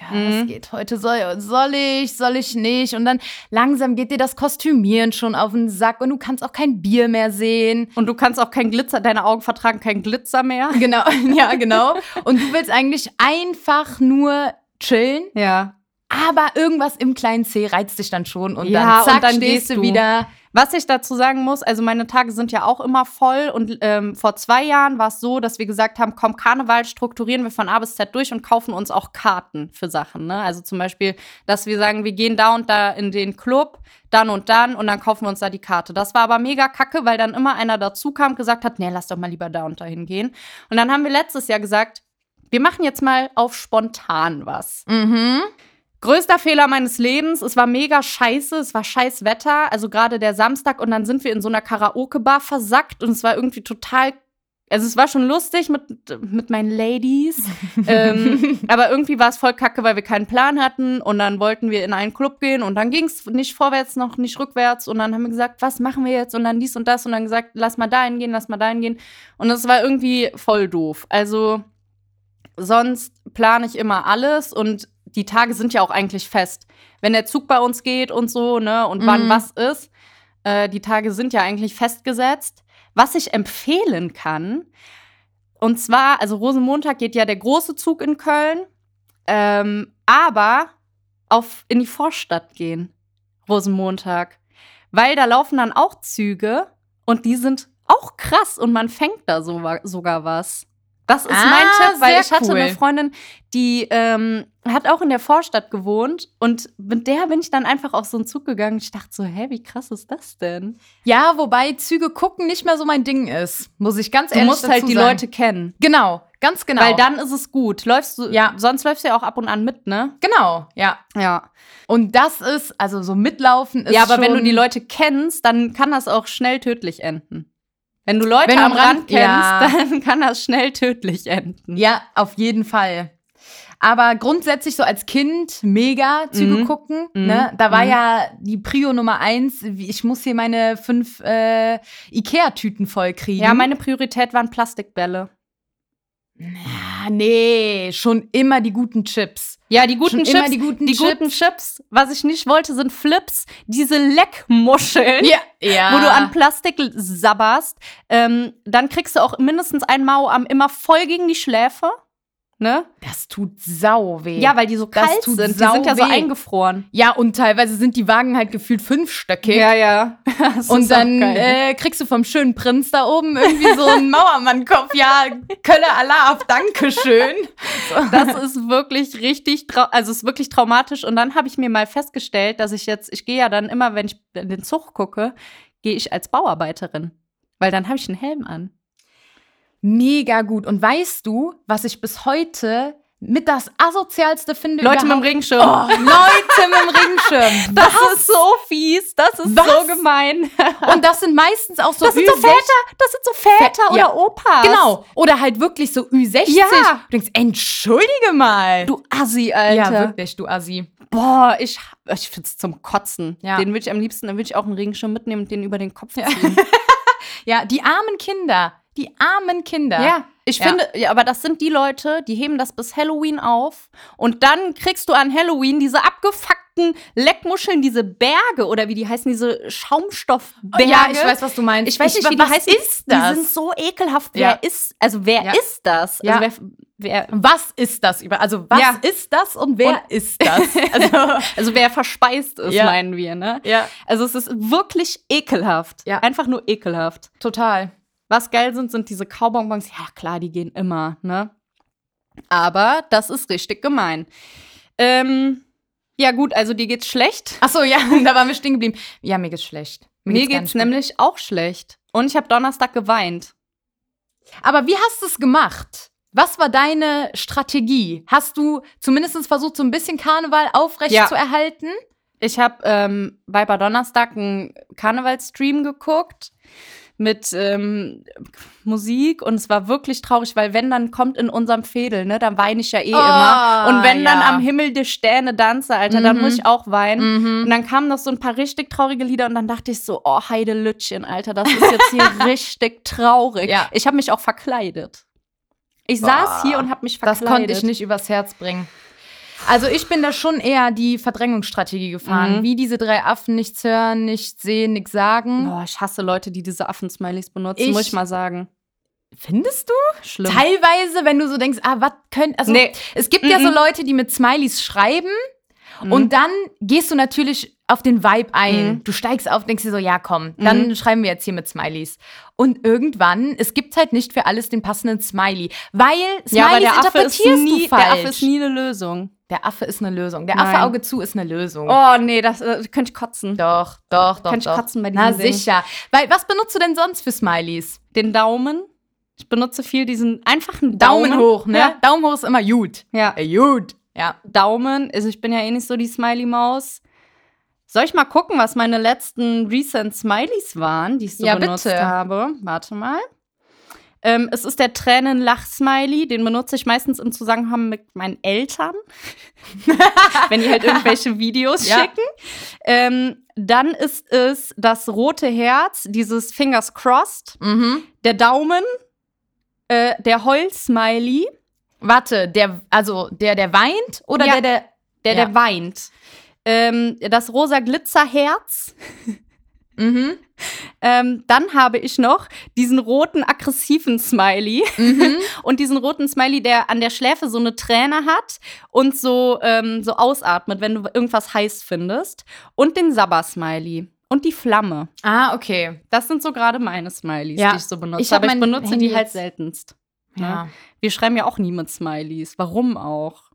Speaker 2: ja,
Speaker 1: Mhm.
Speaker 2: was geht heute? Soll, soll ich, soll ich nicht? Und dann langsam geht dir das Kostümieren schon auf den Sack und du kannst auch kein Bier mehr sehen.
Speaker 1: Und du kannst auch kein Glitzer, deine Augen vertragen keinen Glitzer mehr.
Speaker 2: Genau, ja, genau. Und du willst eigentlich einfach nur chillen.
Speaker 1: Ja.
Speaker 2: Aber irgendwas im kleinen C reizt dich dann schon und
Speaker 1: Ja,
Speaker 2: dann zack,
Speaker 1: und dann
Speaker 2: stehst
Speaker 1: gehst du.
Speaker 2: du wieder.
Speaker 1: Was ich dazu sagen muss, also meine Tage sind ja auch immer voll und ähm, vor zwei Jahren war es so, dass wir gesagt haben, komm, Karneval strukturieren wir von A bis Z durch und kaufen uns auch Karten für Sachen. Ne? Also zum Beispiel, dass wir sagen, wir gehen da und da in den Club, dann und dann und dann kaufen wir uns da die Karte. Das war aber mega kacke, weil dann immer einer dazu kam, gesagt hat, nee, lass doch mal lieber da und dahin gehen. Und dann haben wir letztes Jahr gesagt, wir machen jetzt mal auf spontan was.
Speaker 2: Mhm.
Speaker 1: Größter Fehler meines Lebens. Es war mega scheiße. Es war scheiß Wetter. Also gerade der Samstag. Und dann sind wir in so einer Karaoke-Bar versackt. Und es war irgendwie total. Also es war schon lustig mit, mit meinen Ladies. ähm, aber irgendwie war es voll kacke, weil wir keinen Plan hatten. Und dann wollten wir in einen Club gehen. Und dann ging es nicht vorwärts, noch nicht rückwärts. Und dann haben wir gesagt, was machen wir jetzt? Und dann dies und das. Und dann gesagt, lass mal dahin gehen, lass mal dahin gehen. Und das war irgendwie voll doof. Also sonst plane ich immer alles und die Tage sind ja auch eigentlich fest. Wenn der Zug bei uns geht und so, ne, und wann
Speaker 2: Mhm.
Speaker 1: was ist, äh, die Tage sind ja eigentlich festgesetzt. Was ich empfehlen kann, und zwar, also Rosenmontag geht ja der große Zug in Köln, ähm, aber auf, in die Vorstadt gehen, Rosenmontag. Weil da laufen dann auch Züge und die sind auch krass und man fängt da so, wa- sogar was. Das ist mein
Speaker 2: Ah,
Speaker 1: Tipp, weil
Speaker 2: sehr
Speaker 1: ich hatte
Speaker 2: cool.
Speaker 1: eine Freundin, die ähm, hat auch in der Vorstadt gewohnt und mit der bin ich dann einfach auf so einen Zug gegangen. Ich dachte so, hä, wie krass ist das denn?
Speaker 2: Ja, wobei Züge gucken nicht mehr so mein Ding ist, muss ich ganz
Speaker 1: Du
Speaker 2: ehrlich
Speaker 1: musst
Speaker 2: dazu
Speaker 1: halt die
Speaker 2: sagen.
Speaker 1: Leute kennen.
Speaker 2: Genau, ganz genau.
Speaker 1: Weil dann ist es gut. Läufst du,
Speaker 2: Ja.
Speaker 1: sonst läufst du ja auch ab und an mit, ne?
Speaker 2: genau, ja.
Speaker 1: Ja.
Speaker 2: Und das ist, also so mitlaufen ist
Speaker 1: ja, aber wenn
Speaker 2: schon-
Speaker 1: du die Leute kennst, dann kann das auch schnell tödlich enden. Wenn du Leute
Speaker 2: Wenn du
Speaker 1: am
Speaker 2: am
Speaker 1: Rand
Speaker 2: Rand-
Speaker 1: kennst,
Speaker 2: Ja.
Speaker 1: dann kann das schnell tödlich enden.
Speaker 2: Ja, auf jeden Fall. Aber grundsätzlich so als Kind mega Züge
Speaker 1: Mhm.
Speaker 2: gucken.
Speaker 1: Mhm.
Speaker 2: Ne? Da war
Speaker 1: Mhm.
Speaker 2: ja die Prio Nummer eins, wie ich muss hier meine fünf äh, Ikea-Tüten voll kriegen.
Speaker 1: Ja, meine Priorität waren Plastikbälle.
Speaker 2: Ja, Ah, nee, schon immer die guten Chips.
Speaker 1: Ja, die guten
Speaker 2: Schon
Speaker 1: Chips.
Speaker 2: immer die guten Chips.
Speaker 1: Chips. Was ich nicht wollte, sind Flips. Diese Leckmuscheln.
Speaker 2: ja.
Speaker 1: Wo du an Plastik sabberst, ähm, dann kriegst du auch mindestens einen Mauarm immer voll gegen die Schläfe. Ne?
Speaker 2: das tut sau weh.
Speaker 1: Ja, weil die so
Speaker 2: Das
Speaker 1: kalt
Speaker 2: tut
Speaker 1: sind. Die
Speaker 2: sau
Speaker 1: sind ja so
Speaker 2: weh.
Speaker 1: eingefroren.
Speaker 2: ja, und teilweise sind die Wagen halt gefühlt fünfstöckig.
Speaker 1: ja.
Speaker 2: Und dann äh, kriegst du vom schönen Prinz da oben irgendwie so einen Mauermannkopf. Ja, Kölle Alarv, Dankeschön.
Speaker 1: Das ist wirklich richtig, trau also ist wirklich traumatisch. Und dann habe ich mir mal festgestellt, dass ich jetzt, ich gehe ja dann immer, wenn ich in den Zug gucke, gehe ich als Bauarbeiterin. Weil dann habe ich einen Helm an.
Speaker 2: Mega gut. Und weißt du, was ich bis heute mit das asozialste finde?
Speaker 1: Leute mit dem
Speaker 2: überhaupt?
Speaker 1: Regenschirm.
Speaker 2: Oh, Leute mit dem Regenschirm.
Speaker 1: das ist so fies. Das ist
Speaker 2: Was?
Speaker 1: so gemein.
Speaker 2: Und das sind meistens auch so
Speaker 1: Das sind so
Speaker 2: Ü60.
Speaker 1: Väter, das sind so Väter
Speaker 2: Fä-
Speaker 1: oder
Speaker 2: ja.
Speaker 1: Opas.
Speaker 2: Genau. Oder halt wirklich so Ü60.
Speaker 1: Ja.
Speaker 2: Du denkst, entschuldige mal.
Speaker 1: Du Assi,
Speaker 2: ja,
Speaker 1: Alter.
Speaker 2: wirklich, du Assi.
Speaker 1: Boah, ich, ich finde es zum Kotzen.
Speaker 2: Ja.
Speaker 1: Den würde ich am liebsten, dann würde ich auch einen Regenschirm mitnehmen und den über den Kopf ziehen.
Speaker 2: Ja, die armen Kinder. Die armen Kinder.
Speaker 1: Ja, ich
Speaker 2: Ja.
Speaker 1: finde, ja, aber das sind die Leute, die heben das bis Halloween auf und dann kriegst du an Halloween diese abgefuckten Leckmuscheln, diese Berge oder wie die heißen, diese Schaumstoffberge.
Speaker 2: Ja, Oh, ne? ich weiß, was du meinst.
Speaker 1: Ich weiß nicht, wie die
Speaker 2: was
Speaker 1: heißen.
Speaker 2: ist das?
Speaker 1: Die sind so ekelhaft.
Speaker 2: Ja.
Speaker 1: Wer ist, also wer
Speaker 2: Ja.
Speaker 1: ist das?
Speaker 2: Ja.
Speaker 1: Also, wer, wer,
Speaker 2: was ist das über? Also, was
Speaker 1: Ja.
Speaker 2: ist das und wer
Speaker 1: Und-
Speaker 2: ist das? Also,
Speaker 1: also wer verspeist ist,
Speaker 2: Ja.
Speaker 1: meinen wir, ne?
Speaker 2: ja,
Speaker 1: Also es ist wirklich ekelhaft.
Speaker 2: Ja.
Speaker 1: Einfach nur ekelhaft.
Speaker 2: total.
Speaker 1: Was geil sind, sind diese Kaubonbons. Ja, klar, die gehen immer, ne? Aber das ist richtig gemein. Ähm, ja, gut, also dir geht's schlecht.
Speaker 2: Achso, ja, da waren wir stehen geblieben. Ja, mir geht's schlecht.
Speaker 1: Mir
Speaker 2: gar
Speaker 1: geht's
Speaker 2: nicht gut.
Speaker 1: nämlich auch schlecht. Und ich habe Donnerstag geweint.
Speaker 2: Aber wie hast du es gemacht? Was war deine Strategie? Hast du zumindest versucht, so ein bisschen Karneval aufrecht
Speaker 1: Ja.
Speaker 2: zu erhalten?
Speaker 1: Ich habe ähm, Viper Donnerstag einen Karnevalsstream geguckt mit ähm, Musik und es war wirklich traurig, weil wenn dann kommt in unserem Fädel, ne, dann weine ich ja eh
Speaker 2: Oh,
Speaker 1: immer. Und wenn dann
Speaker 2: ja.
Speaker 1: am Himmel die Sterne tanze, Alter, dann
Speaker 2: Mhm.
Speaker 1: muss ich auch weinen. Und
Speaker 2: Mhm.
Speaker 1: dann kamen noch so ein paar richtig traurige Lieder und dann dachte ich so, oh, Heidelütchen, Alter, das ist jetzt hier richtig traurig.
Speaker 2: Ja.
Speaker 1: Ich habe mich auch verkleidet. Ich saß
Speaker 2: Boah,
Speaker 1: hier und habe mich
Speaker 2: Das
Speaker 1: verkleidet.
Speaker 2: konnte ich nicht übers Herz bringen. Also ich bin da schon eher die Verdrängungsstrategie gefahren.
Speaker 1: Mhm.
Speaker 2: Wie diese drei Affen nichts hören, nichts sehen, nichts sagen.
Speaker 1: Boah, ich hasse Leute, die diese Affen-Smileys benutzen,
Speaker 2: Ich-
Speaker 1: muss ich mal sagen.
Speaker 2: Findest du?
Speaker 1: Schlimm.
Speaker 2: Teilweise, wenn du so denkst, ah, was können. Also
Speaker 1: Nee.
Speaker 2: es gibt ja
Speaker 1: Mhm.
Speaker 2: so Leute, die mit Smileys schreiben
Speaker 1: Mhm.
Speaker 2: und dann gehst du natürlich auf den Vibe ein.
Speaker 1: Mhm.
Speaker 2: Du steigst auf, denkst dir so, ja, komm, dann schreiben wir jetzt hier mit Smileys. Und irgendwann, es gibt halt nicht für alles den passenden Smiley, weil Smileys
Speaker 1: ja, aber der Affe, ist
Speaker 2: interpretierst
Speaker 1: nie,
Speaker 2: du falsch.
Speaker 1: der Affe ist nie eine Lösung.
Speaker 2: Der Affe ist eine Lösung. Der
Speaker 1: Nein.
Speaker 2: Affe Auge zu ist eine Lösung.
Speaker 1: Oh, nee, das äh, könnte ich kotzen.
Speaker 2: Doch, doch, doch.
Speaker 1: Kann ich
Speaker 2: doch.
Speaker 1: kotzen bei
Speaker 2: Na
Speaker 1: diesem Ding.
Speaker 2: sicher. Weil was benutzt du denn sonst für Smileys?
Speaker 1: Den Daumen. Ich benutze viel diesen einfachen Daumen.
Speaker 2: Daumen, hoch, ne?
Speaker 1: Ja.
Speaker 2: Daumen hoch ist immer gut.
Speaker 1: ja.
Speaker 2: Äh, gut. Ja.
Speaker 1: Daumen. Also ich bin ja eh nicht so die Smiley-Maus. Soll ich mal gucken, was meine letzten recent Smileys waren, die ich so
Speaker 2: Ja,
Speaker 1: benutzt
Speaker 2: bitte.
Speaker 1: habe? Warte mal. Ähm, es ist der Tränen-Lach-Smiley. Den benutze ich meistens im Zusammenhang mit meinen Eltern, wenn die halt irgendwelche Videos
Speaker 2: Ja.
Speaker 1: schicken. Ähm, dann ist es das rote Herz, dieses Fingers crossed,
Speaker 2: Mhm.
Speaker 1: der Daumen, äh, der Heul-Smiley,
Speaker 2: Warte, der, also der, der weint oder
Speaker 1: Ja.
Speaker 2: der, der.
Speaker 1: der,
Speaker 2: Ja.
Speaker 1: der weint. Ähm, das rosa Glitzerherz.
Speaker 2: Mhm.
Speaker 1: Ähm, dann habe ich noch diesen roten aggressiven Smiley
Speaker 2: Mhm.
Speaker 1: und diesen roten Smiley, der an der Schläfe so eine Träne hat und so, ähm, so ausatmet, wenn du irgendwas heiß findest. Und den Sabber-Smiley und die Flamme.
Speaker 2: ah, okay.
Speaker 1: Das sind so gerade meine Smileys,
Speaker 2: Ja.
Speaker 1: die ich so benutze.
Speaker 2: Ich hab
Speaker 1: aber ich
Speaker 2: mein
Speaker 1: benutze
Speaker 2: Handy
Speaker 1: die halt
Speaker 2: jetzt-
Speaker 1: seltenst. Ne?
Speaker 2: Ja.
Speaker 1: Wir schreiben ja auch nie mit Smileys. Warum auch?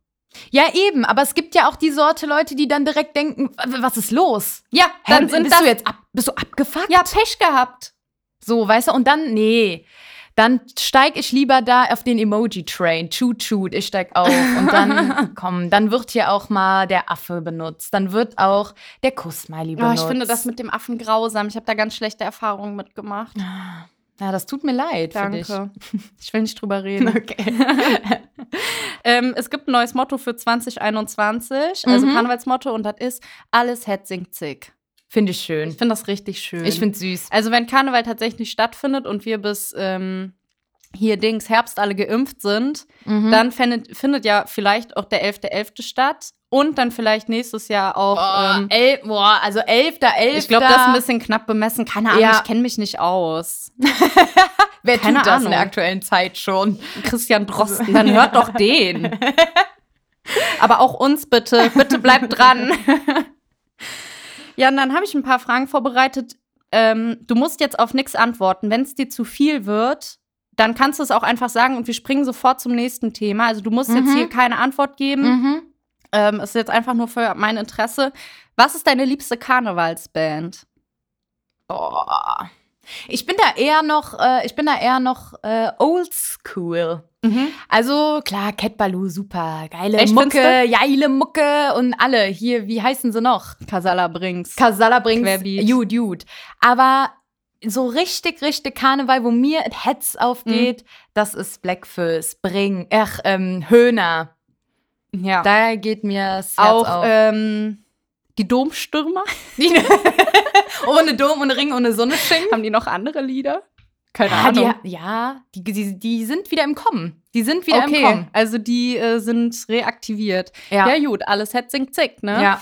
Speaker 2: ja, eben, aber es gibt ja auch die Sorte Leute, die dann direkt denken, w- was ist los?
Speaker 1: Ja,
Speaker 2: Hä,
Speaker 1: dann sind
Speaker 2: bist du
Speaker 1: das.
Speaker 2: jetzt ab, bist du abgefuckt?
Speaker 1: Ja, Pech gehabt.
Speaker 2: So, weißt du, und dann, nee. Dann steig ich lieber da auf den Emoji-Train. Choo shoot, ich steig auf. Und dann, komm, dann wird hier auch mal der Affe benutzt. Dann wird auch der Kuss-Smiley
Speaker 1: Oh,
Speaker 2: benutzt.
Speaker 1: ich finde das mit dem Affen grausam. Ich habe da ganz schlechte Erfahrungen mitgemacht.
Speaker 2: Ja, das tut mir leid für
Speaker 1: Danke. Ah, Ich will nicht drüber reden.
Speaker 2: dich. Okay.
Speaker 1: Ähm, es gibt ein neues Motto für 2021, also
Speaker 2: Mhm.
Speaker 1: Karnevalsmotto, und das ist alles hetzing zick.
Speaker 2: Finde ich schön.
Speaker 1: Ich finde das richtig schön.
Speaker 2: Ich finde süß.
Speaker 1: also wenn Karneval tatsächlich stattfindet und wir bis ähm, hier Dings Herbst alle geimpft sind,
Speaker 2: Mhm.
Speaker 1: dann findet, findet ja vielleicht auch der 11.11. statt und dann vielleicht nächstes Jahr auch.
Speaker 2: Boah,
Speaker 1: ähm,
Speaker 2: elf, Oh, boah, also elfter, elfter.
Speaker 1: ich glaube, das ist ein bisschen knapp bemessen. Keine Ahnung,
Speaker 2: Ja.
Speaker 1: ich kenne mich nicht aus.
Speaker 2: Wer
Speaker 1: keine
Speaker 2: tut das in der
Speaker 1: Ahnung.
Speaker 2: aktuellen Zeit schon?
Speaker 1: Christian Drosten, dann hört doch den. Aber auch uns bitte, bitte bleibt dran. ja, und dann habe ich ein paar Fragen vorbereitet. Ähm, du musst jetzt auf nichts antworten. Wenn es dir zu viel wird, dann kannst du es auch einfach sagen und wir springen sofort zum nächsten Thema. Also du musst jetzt
Speaker 2: Mhm.
Speaker 1: hier keine Antwort geben.
Speaker 2: Mhm.
Speaker 1: Ähm, ist jetzt einfach nur für mein Interesse. Was ist deine liebste Karnevalsband?
Speaker 2: Boah. Ich bin da eher noch, äh, ich bin da eher noch äh, old school.
Speaker 1: Mhm.
Speaker 2: Also klar, Cat Baloo, super, geile
Speaker 1: Echt,
Speaker 2: Mucke, geile Mucke und alle hier, wie heißen sie noch?
Speaker 1: Casala Brings.
Speaker 2: Kasala bringt
Speaker 1: Querbeat.
Speaker 2: Jude, Jude. Aber so richtig, richtig Karneval, wo mir et Hetz
Speaker 1: Mhm.
Speaker 2: aufgeht, das ist Blackfills, Bring, ach, ähm, Höhner.
Speaker 1: ja.
Speaker 2: Da geht mir das Herz
Speaker 1: Auch
Speaker 2: auf.
Speaker 1: ähm, die Domstürmer.
Speaker 2: ohne Dom, ohne Ring, ohne Sonne schicken.
Speaker 1: Haben die noch andere Lieder? Keine
Speaker 2: Ah, die, ja, die, die, die sind wieder im Kommen. Die sind wieder im
Speaker 1: okay,
Speaker 2: Kommen.
Speaker 1: also die äh, sind reaktiviert. Ja. gut, alles hat singt zick, ne?
Speaker 2: ja.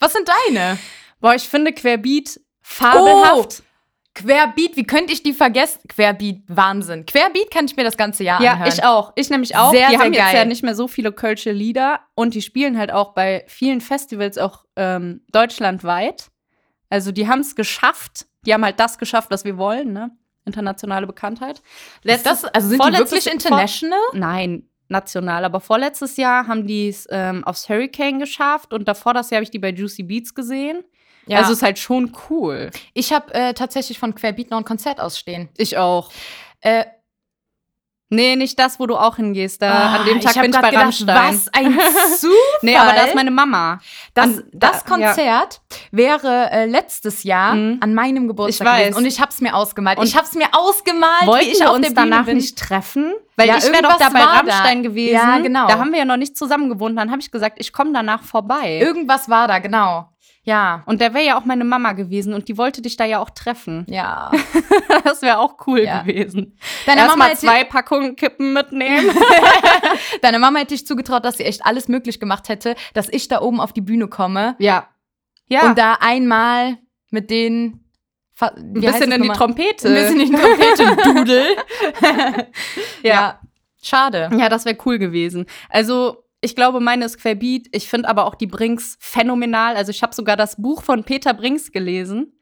Speaker 2: Was sind deine?
Speaker 1: Boah, ich finde Querbeat fabelhaft.
Speaker 2: Querbeat, wie könnte ich die vergessen? Querbeat, Wahnsinn. Querbeat kann ich mir das ganze Jahr
Speaker 1: ja,
Speaker 2: anhören.
Speaker 1: ich auch. Ich nämlich auch.
Speaker 2: Sehr,
Speaker 1: die
Speaker 2: sehr
Speaker 1: haben jetzt
Speaker 2: geil.
Speaker 1: ja nicht mehr so viele kölsche Lieder und die spielen halt auch bei vielen Festivals auch ähm, deutschlandweit. Also die haben es geschafft. Die haben halt das geschafft, was wir wollen, ne? Internationale Bekanntheit.
Speaker 2: Ist das, also sind die
Speaker 1: vorletztes-
Speaker 2: wirklich international?
Speaker 1: Nein, national. Aber vorletztes Jahr haben die es ähm, aufs Hurricane geschafft und davor das Jahr habe ich die bei Juicy Beats gesehen. Also ist halt schon cool.
Speaker 2: ich habe äh, tatsächlich von Querbeat noch ein Konzert ausstehen.
Speaker 1: Ich auch.
Speaker 2: Äh,
Speaker 1: Nee, nicht das, wo du auch hingehst. Da, an dem Tag
Speaker 2: Ah, hab
Speaker 1: bin ich bei
Speaker 2: grad gedacht,
Speaker 1: Rammstein.
Speaker 2: Was Halt, ein Zufall.
Speaker 1: Nee, aber da ist meine Mama.
Speaker 2: das,
Speaker 1: an- da-
Speaker 2: das Konzert wäre äh, letztes Jahr
Speaker 1: Mhm.
Speaker 2: an meinem Geburtstag
Speaker 1: Ich weiß.
Speaker 2: gewesen und ich habe es mir ausgemalt.
Speaker 1: Und
Speaker 2: ich habe es mir ausgemalt,
Speaker 1: Wollten
Speaker 2: wie ich
Speaker 1: wir
Speaker 2: auf
Speaker 1: uns
Speaker 2: der
Speaker 1: danach
Speaker 2: Bühne bin.
Speaker 1: nicht treffen? Weil
Speaker 2: Ja,
Speaker 1: ich wäre doch
Speaker 2: irgendwas
Speaker 1: da bei
Speaker 2: war da.
Speaker 1: Rammstein gewesen.
Speaker 2: Ja, genau.
Speaker 1: Da haben wir ja noch nicht zusammen gewohnt. Dann habe ich gesagt, ich komme danach vorbei.
Speaker 2: Irgendwas war da, genau. Ja.
Speaker 1: und da wäre ja auch meine Mama gewesen und die wollte dich da ja auch treffen.
Speaker 2: Ja.
Speaker 1: Das wäre auch cool
Speaker 2: Ja.
Speaker 1: gewesen.
Speaker 2: Deine
Speaker 1: Erstmal
Speaker 2: Mama, hätte,
Speaker 1: zwei Packungen Kippen mitnehmen.
Speaker 2: deine Mama hätte ich zugetraut, dass sie echt alles möglich gemacht hätte, dass ich da oben auf die Bühne komme
Speaker 1: Ja. Ja.
Speaker 2: und da einmal mit denen fa- wie
Speaker 1: ein
Speaker 2: heißt das
Speaker 1: bisschen in die
Speaker 2: nochmal?
Speaker 1: Trompete.
Speaker 2: Ein bisschen in die Trompete dudel.
Speaker 1: ja.
Speaker 2: Schade.
Speaker 1: ja. das wäre cool gewesen. Also, ich glaube, meine ist Querbeat. Ich finde aber auch die Brinks phänomenal. Also, ich habe sogar das Buch von Peter Brinks gelesen.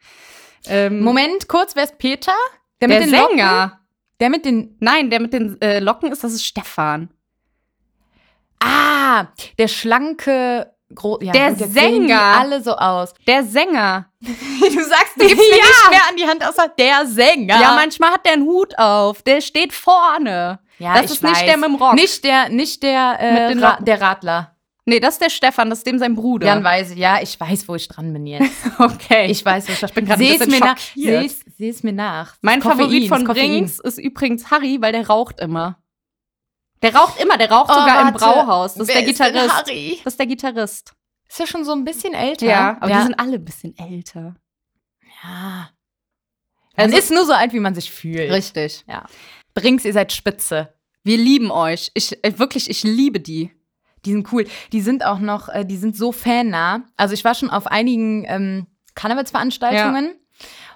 Speaker 1: Ähm,
Speaker 2: Moment, kurz, wer ist Peter? Der,
Speaker 1: der
Speaker 2: mit den Locken?
Speaker 1: Sänger.
Speaker 2: Der mit den.
Speaker 1: Nein, der mit den äh, Locken ist, das ist Stefan.
Speaker 2: Ah, der schlanke. Gro ja,
Speaker 1: Der
Speaker 2: gut, jetzt sehen die
Speaker 1: Sänger.
Speaker 2: alle so aus.
Speaker 1: Der Sänger.
Speaker 2: Du sagst, du gibst mir
Speaker 1: Ja.
Speaker 2: nicht mehr an die Hand, außer der Sänger.
Speaker 1: Ja, manchmal hat der einen Hut auf. Der steht vorne.
Speaker 2: Ja,
Speaker 1: das
Speaker 2: ich
Speaker 1: ist nicht der mit dem Rock.
Speaker 2: Nicht der, nicht der, äh,
Speaker 1: Mit den
Speaker 2: Ra
Speaker 1: Locken.
Speaker 2: der Radler.
Speaker 1: Nee, das ist der Stefan, das ist dem sein Bruder.
Speaker 2: Jan weiß, ja, ich weiß, wo ich dran bin jetzt.
Speaker 1: okay.
Speaker 2: Ich weiß, wo ich dran
Speaker 1: bin gerade ein
Speaker 2: Seh's
Speaker 1: bisschen
Speaker 2: mir nach.
Speaker 1: schockiert.
Speaker 2: Seh's, seh's mir nach.
Speaker 1: Mein
Speaker 2: Koffein,
Speaker 1: Favorit von
Speaker 2: Koffein.
Speaker 1: Brinks ist übrigens Harry, weil der raucht immer. Der raucht immer, der raucht
Speaker 2: Oh,
Speaker 1: sogar im
Speaker 2: warte.
Speaker 1: Brauhaus. Das ist
Speaker 2: Wer
Speaker 1: der
Speaker 2: denn
Speaker 1: Gitarrist.
Speaker 2: Harry?
Speaker 1: das ist der Gitarrist.
Speaker 2: Ist ja schon so ein bisschen älter.
Speaker 1: Ja, aber
Speaker 2: ja.
Speaker 1: die sind alle ein bisschen älter.
Speaker 2: ja. Ah. Man
Speaker 1: Also-
Speaker 2: ist nur so alt, wie man sich fühlt.
Speaker 1: Richtig.
Speaker 2: Ja. Brinks, ihr seid spitze.
Speaker 1: Wir lieben euch. Ich äh, wirklich, ich liebe die.
Speaker 2: Die sind cool. Die sind auch noch, äh, die sind so fannah. Also ich war schon auf einigen ähm, Karnevalsveranstaltungen.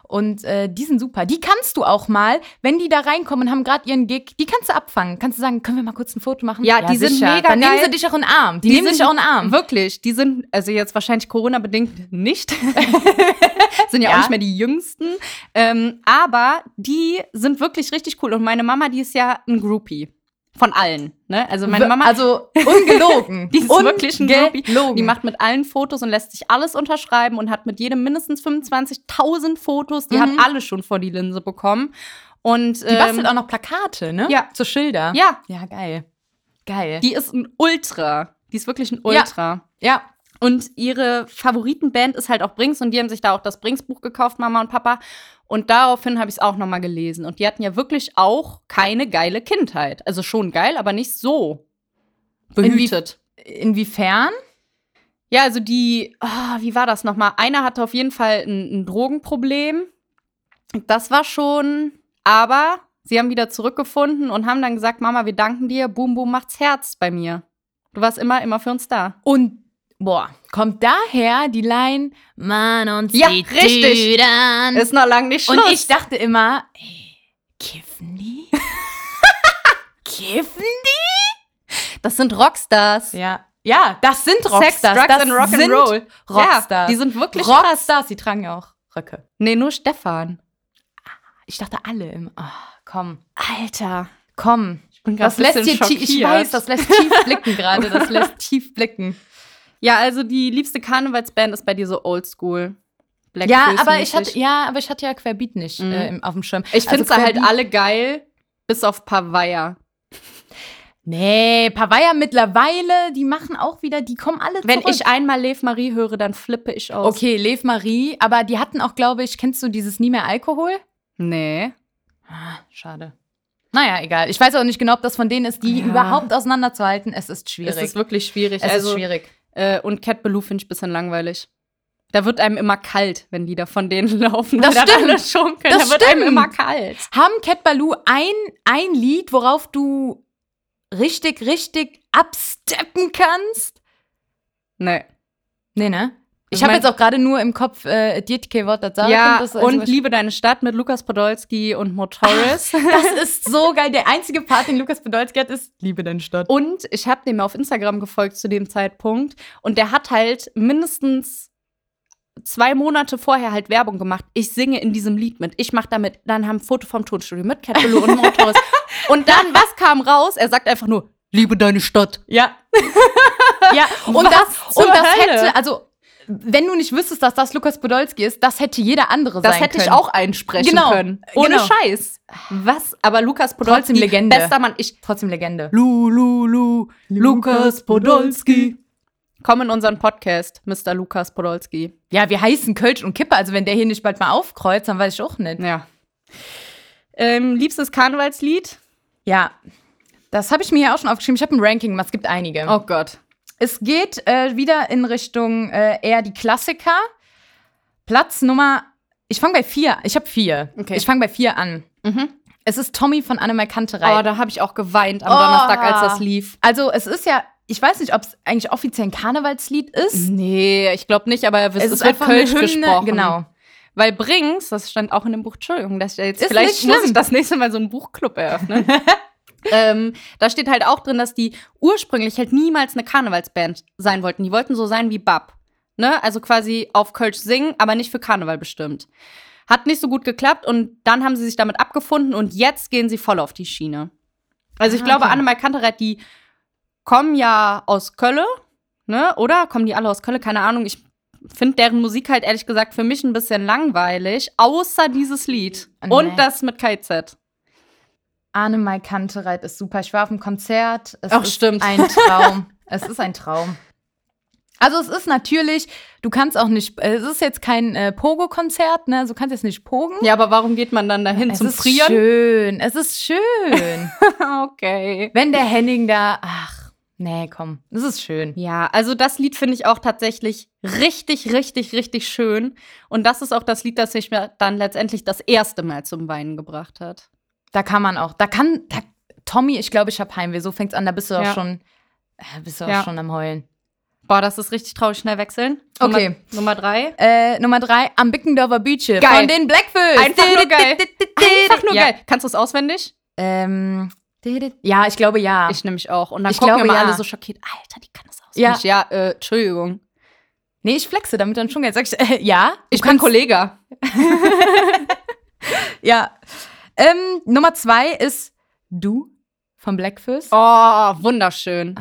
Speaker 2: Und äh, die sind super. Die kannst du auch mal, wenn die da reinkommen und haben gerade ihren Gig, die kannst du abfangen. Kannst du sagen, können wir mal kurz ein Foto machen?
Speaker 1: Ja, die sind mega
Speaker 2: Dann nehmen
Speaker 1: geil.
Speaker 2: sie dich auch in den Arm. Die, nehmen
Speaker 1: sind-
Speaker 2: dich auch in den Arm.
Speaker 1: Wirklich, die sind, also jetzt wahrscheinlich Corona-bedingt nicht. sind ja,
Speaker 2: Ja.
Speaker 1: auch nicht mehr die jüngsten. Ähm, aber die sind wirklich richtig cool. Und meine Mama, die ist ja ein Groupie. Von allen. Ne? Also meine Mama
Speaker 2: also ungelogen.
Speaker 1: Die ist wirklich ein Groupie.
Speaker 2: ungelogen.
Speaker 1: Die macht mit allen Fotos und lässt sich alles unterschreiben und hat mit jedem mindestens 25.000 Fotos. Die
Speaker 2: Mhm.
Speaker 1: hat alle schon vor die Linse bekommen. Und
Speaker 2: die
Speaker 1: ähm,
Speaker 2: bastelt auch noch Plakate, ne?
Speaker 1: ja.
Speaker 2: Zu Schilder.
Speaker 1: ja,
Speaker 2: Ja, geil. Geil.
Speaker 1: die ist ein Ultra. Die ist wirklich ein
Speaker 2: Ja.
Speaker 1: Ultra.
Speaker 2: ja.
Speaker 1: Und ihre Favoritenband ist halt auch Brings und die haben sich da auch das Brings-Buch gekauft, Mama und Papa. Und daraufhin habe ich es auch nochmal gelesen. Und die hatten ja wirklich auch keine geile Kindheit. Also schon geil, aber nicht so behütet.
Speaker 2: Inwiefern?
Speaker 1: Ja, also die, ah, wie war das nochmal? Einer hatte auf jeden Fall ein, ein Drogenproblem. Das war schon, aber Sie haben wieder zurückgefunden und haben dann gesagt, Mama, wir danken dir. Boom, boom, macht's Herz bei mir. Du warst immer, immer für uns da.
Speaker 2: Und boah, kommt daher die Line Mann und
Speaker 1: Ja, richtig.
Speaker 2: Tüdern.
Speaker 1: Ist noch lang nicht Schluss.
Speaker 2: Mhm. Und ich dachte immer, ey, kiffen die? kiffen
Speaker 1: das sind Rockstars.
Speaker 2: die? Ja. Ja, das sind Rockstars.
Speaker 1: Sex, Drugs
Speaker 2: das
Speaker 1: and Rock and
Speaker 2: sind
Speaker 1: Roll.
Speaker 2: Rockstars.
Speaker 1: Ja, die sind wirklich
Speaker 2: Rockstars, die tragen ja auch Röcke.
Speaker 1: Nee, nur Stefan.
Speaker 2: Ich dachte alle im. ah, komm,
Speaker 1: Alter.
Speaker 2: komm.
Speaker 1: Ich bin
Speaker 2: Das lässt dir tief, ich weiß, das lässt tief blicken gerade, das lässt tief blicken.
Speaker 1: Ja, also die liebste Karnevalsband ist bei dir so oldschool. Black
Speaker 2: Ja,
Speaker 1: Crowes
Speaker 2: aber ich
Speaker 1: mäßig.
Speaker 2: hatte, ja, aber ich hatte ja Querbeat nicht
Speaker 1: Mhm.
Speaker 2: äh, im- auf dem Schirm.
Speaker 1: Ich finde
Speaker 2: Also
Speaker 1: halt
Speaker 2: Querbeat-
Speaker 1: alle geil, bis auf Pavaya.
Speaker 2: Nee, Pavaya mittlerweile, die machen auch wieder, die kommen alle
Speaker 1: Wenn
Speaker 2: zurück.
Speaker 1: ich einmal Lev Marie höre, dann flippe ich aus.
Speaker 2: Okay, Lev Marie, aber die hatten auch, glaube ich, kennst du dieses Nie mehr Alkohol?
Speaker 1: Nee.
Speaker 2: Ah, schade. Naja, egal. Ich weiß auch nicht genau, ob das von denen ist, die
Speaker 1: Ja.
Speaker 2: überhaupt auseinanderzuhalten. Es ist schwierig.
Speaker 1: Es ist wirklich schwierig.
Speaker 2: Es ist
Speaker 1: also,
Speaker 2: schwierig.
Speaker 1: Äh, und Cat Ballou finde ich ein bisschen langweilig. Da wird einem immer kalt, wenn Lieder von denen laufen.
Speaker 2: Das
Speaker 1: Weil
Speaker 2: stimmt.
Speaker 1: Dann alle schunkeln.
Speaker 2: Das
Speaker 1: da wird einem
Speaker 2: stimmt.
Speaker 1: immer kalt.
Speaker 2: Haben Cat Baloo ein, ein Lied, worauf du richtig, richtig absteppen kannst?
Speaker 1: Nee.
Speaker 2: Nee, ne? Ich
Speaker 1: Ich
Speaker 2: habe
Speaker 1: Also mein-
Speaker 2: jetzt auch gerade nur im Kopf äh, Dietke Wort das
Speaker 1: ja,
Speaker 2: das, also
Speaker 1: und Liebe deine Stadt mit Lukas Podolski und Motoris.
Speaker 2: das ist so geil. Der einzige Part, den Lukas Podolski hat, ist Liebe deine Stadt.
Speaker 1: Und ich habe dem auf Instagram gefolgt zu dem Zeitpunkt. Und der hat halt mindestens zwei Monate vorher halt Werbung gemacht. Ich singe in diesem Lied mit. Ich mache damit. Dann haben ein Foto vom Tonstudio mit Cat Ballou und Motoris. Und dann, was kam raus? Er sagt einfach nur, liebe deine Stadt.
Speaker 2: Ja. ja, und
Speaker 1: Was
Speaker 2: das,
Speaker 1: zur
Speaker 2: und das
Speaker 1: Hölle?
Speaker 2: hätte, also, wenn du nicht wüsstest, dass das Lukas Podolski ist, das hätte jeder andere
Speaker 1: Das
Speaker 2: sein
Speaker 1: hätte
Speaker 2: können.
Speaker 1: ich auch einsprechen
Speaker 2: Genau,
Speaker 1: können. Ohne
Speaker 2: genau.
Speaker 1: Scheiß. Was? Aber Lukas
Speaker 2: Trotzdem
Speaker 1: Podolski,
Speaker 2: Legende.
Speaker 1: bester Mann. Ich,
Speaker 2: Trotzdem Legende.
Speaker 1: Lu, Lu, Lu, Lukas Podolski. Komm in unseren Podcast, Mr. Lukas Podolski.
Speaker 2: Ja, wir heißen Kölsch und Kippe. Also, wenn der hier nicht bald mal aufkreuzt, dann weiß ich auch nicht.
Speaker 1: Ja. Ähm, liebstes Karnevalslied?
Speaker 2: Ja. Das habe ich mir ja auch schon aufgeschrieben. Ich habe ein Ranking, aber es gibt einige.
Speaker 1: Oh Gott.
Speaker 2: Es geht äh, wieder in Richtung äh, eher die Klassiker. Platz Nummer. Ich fange bei vier. Ich habe vier.
Speaker 1: Okay. Mhm.
Speaker 2: Ich fange bei vier an. Es ist Tommy von Annemar Kanterei.
Speaker 1: Oh, da habe ich auch geweint am
Speaker 2: Oh.
Speaker 1: Donnerstag, als das lief.
Speaker 2: Also es ist ja, ich weiß nicht, ob es eigentlich offiziell ein Karnevalslied ist.
Speaker 1: Nee, ich glaube nicht, aber Mhm. es, es wird
Speaker 2: eine
Speaker 1: Kölsch
Speaker 2: Hymne-
Speaker 1: gesprochen.
Speaker 2: Genau.
Speaker 1: Weil Brings, das stand auch in dem Buch, Entschuldigung, das jetzt
Speaker 2: Ist nicht
Speaker 1: vielleicht
Speaker 2: schlimm.
Speaker 1: muss ich das nächste Mal so einen Buchclub eröffnen. ähm, da steht halt auch drin, dass die ursprünglich halt niemals eine Karnevalsband sein wollten. Die wollten so sein wie Bab. Ne? Also quasi auf Kölsch singen, aber nicht für Karneval bestimmt. Hat nicht so gut geklappt und dann haben sie sich damit abgefunden und jetzt gehen sie voll auf die Schiene. Also ich
Speaker 2: Ah,
Speaker 1: glaube,
Speaker 2: okay.
Speaker 1: Annemal Kantereit, die kommen ja aus Kölle, ne? Oder kommen die alle aus Kölle? Keine Ahnung. Ich finde deren Musik halt ehrlich gesagt für mich ein bisschen langweilig, außer dieses Lied
Speaker 2: Ah, Nee.
Speaker 1: und das mit KZ.
Speaker 2: Annemar Kantereit ist super. Ich war auf dem Konzert. Es
Speaker 1: Ach,
Speaker 2: ist
Speaker 1: stimmt.
Speaker 2: ein Traum. es ist ein Traum. Also es ist natürlich, du kannst auch nicht, es ist jetzt kein äh, Pogo-Konzert, ne? Also Du kannst jetzt nicht pogen.
Speaker 1: Ja, aber warum geht man dann dahin
Speaker 2: es
Speaker 1: zum
Speaker 2: ist
Speaker 1: Frieren?
Speaker 2: schön. Es ist schön.
Speaker 1: okay.
Speaker 2: Wenn der Henning da, ach, nee, komm. Es ist schön.
Speaker 1: Ja, also das Lied finde ich auch tatsächlich richtig, richtig, richtig schön. Und das ist auch das Lied, das mich mir dann letztendlich das erste Mal zum Weinen gebracht hat.
Speaker 2: Da kann man auch, da kann, da, Tommy, ich glaube, ich habe Heimweh. So fängt's an, da bist du auch
Speaker 1: Ja.
Speaker 2: schon, äh, bist du
Speaker 1: Ja.
Speaker 2: auch schon am Heulen.
Speaker 1: Boah, das ist richtig traurig. Schnell wechseln.
Speaker 2: Okay.
Speaker 1: Nummer, Nummer drei.
Speaker 2: Äh, Nummer drei, am Bickendorfer Beach Hill
Speaker 1: Geil.
Speaker 2: von den Blackfills.
Speaker 1: Einfach nur geil. Einfach nur
Speaker 2: ja.
Speaker 1: geil. Kannst du es auswendig?
Speaker 2: Ähm, ja, ich glaube ja.
Speaker 1: Ich nehme mich auch. Und dann
Speaker 2: Ich
Speaker 1: gucken
Speaker 2: glaube,
Speaker 1: wir mal
Speaker 2: ja.
Speaker 1: alle so schockiert. Alter, die kann das
Speaker 2: Ja.
Speaker 1: auswendig. Ja, ja äh, Entschuldigung.
Speaker 2: nee, ich flexe damit dann schon. Jetzt sag ich, äh, ja.
Speaker 1: Ich bin Kollege.
Speaker 2: Ja. Ähm, Nummer zwei ist du von Blackfills.
Speaker 1: Oh, wunderschön.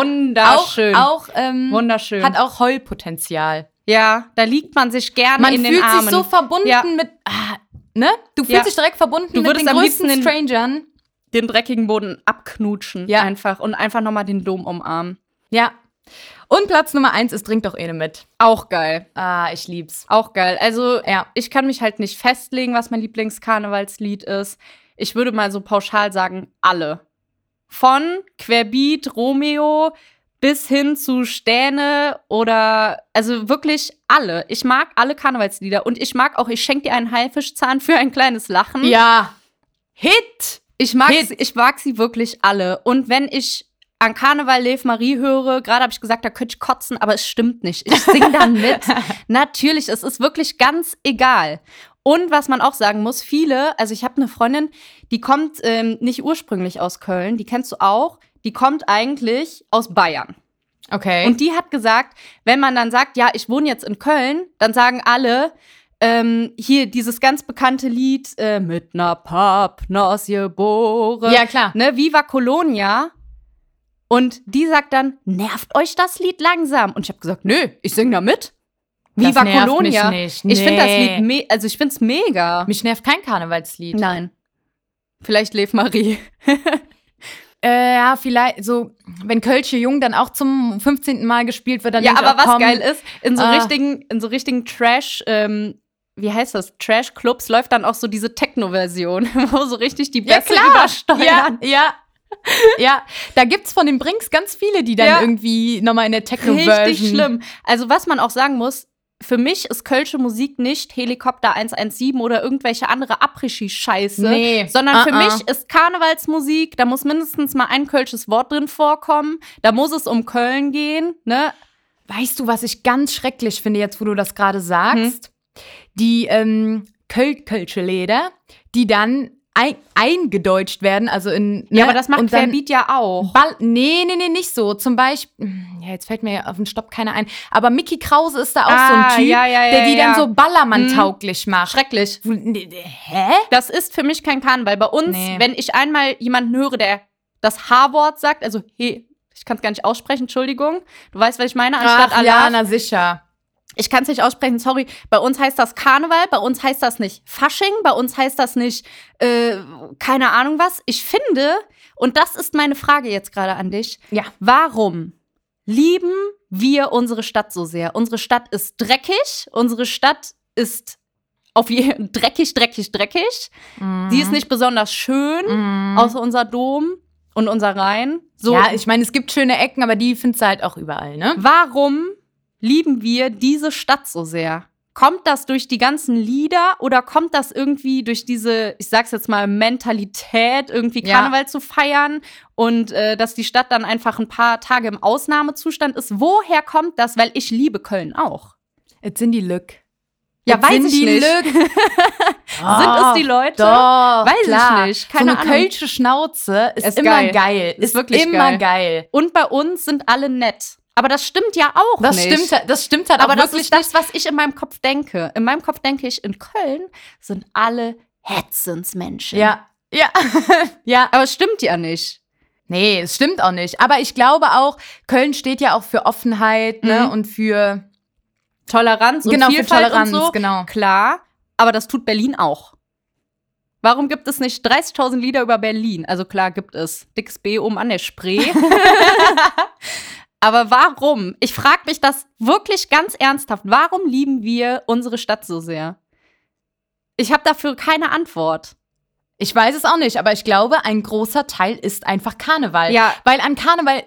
Speaker 1: Wunderschön.
Speaker 2: Auch, auch ähm,
Speaker 1: wunderschön.
Speaker 2: hat auch Heulpotenzial.
Speaker 1: ja, da liegt man sich gerne
Speaker 2: Man
Speaker 1: in den
Speaker 2: fühlt
Speaker 1: Armen.
Speaker 2: sich so verbunden
Speaker 1: Ja.
Speaker 2: mit, ah, ne? Du fühlst
Speaker 1: Ja.
Speaker 2: dich direkt verbunden
Speaker 1: Du
Speaker 2: mit
Speaker 1: würdest
Speaker 2: den
Speaker 1: am
Speaker 2: größten
Speaker 1: liebsten in-
Speaker 2: Strangern.
Speaker 1: den dreckigen Boden abknutschen.
Speaker 2: Ja.
Speaker 1: Einfach. Und einfach nochmal den Dom umarmen.
Speaker 2: Ja. Und Platz Nummer eins ist Trink doch Ene mit.
Speaker 1: Auch geil.
Speaker 2: Ah, ich lieb's.
Speaker 1: Auch geil. Also,
Speaker 2: Ja.
Speaker 1: ich kann mich halt nicht festlegen, was mein Lieblingskarnevalslied ist. Ich würde mal so pauschal sagen, alle. Von Querbeat, Romeo bis hin zu Stähne oder also wirklich alle. Ich Hm? mag alle Karnevalslieder und ich mag auch, ich schenke dir einen Haifischzahn für ein kleines Lachen.
Speaker 2: Ja.
Speaker 1: Hit! Ich mag, sie, ich mag sie wirklich alle. Und wenn ich an Karneval Lev Marie höre, gerade habe ich gesagt, da könnte ich kotzen, aber es stimmt nicht. Ich singe dann mit. Natürlich, es ist wirklich ganz egal. Und was man auch sagen muss, viele, also ich habe eine Freundin, die kommt ähm, nicht ursprünglich aus Köln, die kennst du auch, die kommt eigentlich aus Bayern.
Speaker 2: Okay.
Speaker 1: Und die hat gesagt, wenn man dann sagt, ja, ich wohne jetzt in Köln, dann sagen alle, ähm, hier dieses ganz bekannte Lied äh, mit ner Papnas geboren.
Speaker 2: ja, klar.
Speaker 1: Ne, Viva Colonia. Und die sagt dann, nervt euch das Lied langsam? Und ich habe gesagt, nö, ich singe da mit.
Speaker 2: Das
Speaker 1: Viva
Speaker 2: nervt
Speaker 1: Colonia.
Speaker 2: Mich nicht.
Speaker 1: Ich finde das
Speaker 2: Nee.
Speaker 1: Lied, me also ich finde es mega.
Speaker 2: Mich nervt kein Karnevalslied.
Speaker 1: Nein. Vielleicht Lev Marie.
Speaker 2: Äh, ja, vielleicht so, wenn Kölsche Jung dann auch zum 15. Mal gespielt wird, dann
Speaker 1: ja,
Speaker 2: denk ich
Speaker 1: aber
Speaker 2: auch,
Speaker 1: was
Speaker 2: komm,
Speaker 1: geil ist, in so
Speaker 2: Ah.
Speaker 1: richtigen, in so richtigen Trash, ähm, wie heißt das? Trash-Clubs läuft dann auch so diese Techno-Version, wo so richtig die
Speaker 2: Ja,
Speaker 1: Bässe
Speaker 2: klar.
Speaker 1: übersteuern.
Speaker 2: Ja, ja. ja, da gibt's von den Brinks ganz viele, die dann
Speaker 1: Ja.
Speaker 2: irgendwie nochmal in der Techno-Version.
Speaker 1: richtig schlimm. Also, was man auch sagen muss, für mich ist kölsche Musik nicht Helikopter 117 oder irgendwelche andere Abrischi-Scheiße.
Speaker 2: Nee.
Speaker 1: Sondern für
Speaker 2: Ah, ah.
Speaker 1: mich ist Karnevalsmusik, da muss mindestens mal ein kölsches Wort drin vorkommen. Da muss es um Köln gehen, ne?
Speaker 2: Weißt du, was ich ganz schrecklich finde, jetzt wo du das gerade sagst?
Speaker 1: Hm?
Speaker 2: Die ähm, Köl Kölsche Leder, die dann ein eingedeutscht werden, also in. ne,
Speaker 1: Ja, aber das macht
Speaker 2: und dann
Speaker 1: Verbiet ja auch.
Speaker 2: Ball nee, nee, nee, nicht so. Zum Beispiel, ja, jetzt fällt mir auf den Stopp keiner ein, aber Mickey Krause ist da auch so
Speaker 1: Ah,
Speaker 2: ein Typ,
Speaker 1: ja, ja, ja,
Speaker 2: der die
Speaker 1: ja. Mhm.
Speaker 2: dann so Ballermann-tauglich macht.
Speaker 1: Schrecklich.
Speaker 2: Wo- nee, nee, Hä?
Speaker 1: Das ist für mich kein Karneval. Bei uns,
Speaker 2: Nee.
Speaker 1: wenn ich einmal jemanden höre, der das H-Wort sagt, also he, ich kann es gar nicht aussprechen, Entschuldigung. Du weißt, was ich meine, anstatt
Speaker 2: Ach,
Speaker 1: Allah.
Speaker 2: ja, na sicher.
Speaker 1: ich kann es nicht aussprechen, sorry. Bei uns heißt das Karneval, bei uns heißt das nicht Fasching, bei uns heißt das nicht äh, keine Ahnung was. Ich finde, und das ist meine Frage jetzt gerade an dich,
Speaker 2: Ja.
Speaker 1: warum lieben wir unsere Stadt so sehr? Unsere Stadt ist dreckig, unsere Stadt ist auf je dreckig, dreckig, dreckig.
Speaker 2: Mhm.
Speaker 1: Sie ist nicht besonders schön, außer unser Dom und unser Rhein. So,
Speaker 2: Ja, ich meine, es gibt schöne Ecken, aber die findest du halt auch überall, ne?
Speaker 1: Warum lieben wir diese Stadt so sehr? Kommt das durch die ganzen Lieder oder kommt das irgendwie durch diese, ich sag's jetzt mal, Mentalität, irgendwie
Speaker 2: Ja.
Speaker 1: Karneval zu feiern und äh, dass die Stadt dann einfach ein paar Tage im Ausnahmezustand ist? Woher kommt das? Weil ich liebe Köln auch.
Speaker 2: Jetzt sind die Lück.
Speaker 1: Ja,
Speaker 2: Jetzt
Speaker 1: weiß
Speaker 2: sind
Speaker 1: ich
Speaker 2: die
Speaker 1: nicht.
Speaker 2: Lück.
Speaker 1: Sind es die Leute?
Speaker 2: Oh, Ah, Doch,
Speaker 1: Weiß ich
Speaker 2: klar.
Speaker 1: nicht, keine
Speaker 2: so eine
Speaker 1: Ahnung.
Speaker 2: kölsche Schnauze ist,
Speaker 1: Ist
Speaker 2: immer
Speaker 1: geil.
Speaker 2: geil.
Speaker 1: Ist wirklich
Speaker 2: immer
Speaker 1: geil.
Speaker 2: geil.
Speaker 1: Und bei uns sind alle nett. Aber das stimmt ja auch
Speaker 2: Das
Speaker 1: nicht.
Speaker 2: stimmt, halt- das stimmt halt
Speaker 1: Aber
Speaker 2: auch
Speaker 1: das
Speaker 2: wirklich.
Speaker 1: ist das, was ich in meinem Kopf denke. In meinem Kopf denke ich, in Köln sind alle Herzensmenschen.
Speaker 2: ja, ja, ja.
Speaker 1: Aber es stimmt ja nicht.
Speaker 2: Nee, es stimmt auch nicht. Aber ich glaube auch, Köln steht ja auch für Offenheit ne?
Speaker 1: Mhm.
Speaker 2: und für
Speaker 1: Toleranz und
Speaker 2: genau
Speaker 1: Vielfalt
Speaker 2: für Toleranz,
Speaker 1: und so.
Speaker 2: genau.
Speaker 1: Klar, aber das tut Berlin auch. Warum gibt es nicht 30.000 Lieder über Berlin? Also klar gibt es. Dicks B oben an der Spree. aber warum? Ich frage mich das wirklich ganz ernsthaft. Warum lieben wir unsere Stadt so sehr? Ich habe dafür keine Antwort.
Speaker 2: Ich weiß es auch nicht, aber ich glaube, ein großer Teil ist einfach Karneval.
Speaker 1: Ja.
Speaker 2: Weil an Karneval,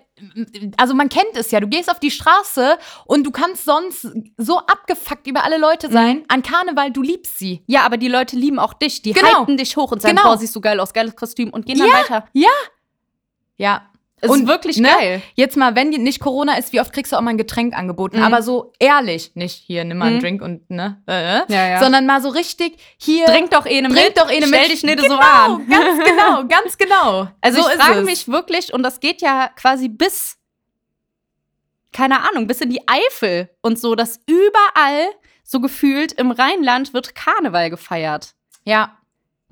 Speaker 2: also man kennt es ja, du gehst auf die Straße und du kannst sonst so abgefuckt über alle Leute sein. An Karneval, du liebst sie.
Speaker 1: Ja, aber die Leute lieben auch dich. Die
Speaker 2: Genau.
Speaker 1: hypen dich hoch und sagen,
Speaker 2: Genau.
Speaker 1: boah, siehst du geil aus, geiles Kostüm und gehen dann
Speaker 2: Ja.
Speaker 1: weiter.
Speaker 2: Ja.
Speaker 1: Es
Speaker 2: Und,
Speaker 1: ist wirklich
Speaker 2: ne?
Speaker 1: geil.
Speaker 2: Jetzt mal, wenn die- nicht Corona ist, wie oft kriegst du auch mal ein Getränk angeboten?
Speaker 1: Mhm.
Speaker 2: Aber so ehrlich, nicht hier, nimm mal einen
Speaker 1: Mhm.
Speaker 2: Drink und ne, äh, äh,
Speaker 1: Ja, ja.
Speaker 2: sondern mal so richtig hier.
Speaker 1: Trink doch eh eine
Speaker 2: Trink
Speaker 1: mit.
Speaker 2: doch eh eine
Speaker 1: Stell
Speaker 2: mit.
Speaker 1: dich nicht so
Speaker 2: genau,
Speaker 1: an.
Speaker 2: ganz genau, ganz genau.
Speaker 1: Also
Speaker 2: so
Speaker 1: ich
Speaker 2: ist
Speaker 1: frage
Speaker 2: es.
Speaker 1: mich wirklich, und das geht ja quasi bis, keine Ahnung, bis in die Eifel und so, dass überall, so gefühlt, im Rheinland wird Karneval gefeiert.
Speaker 2: Ja.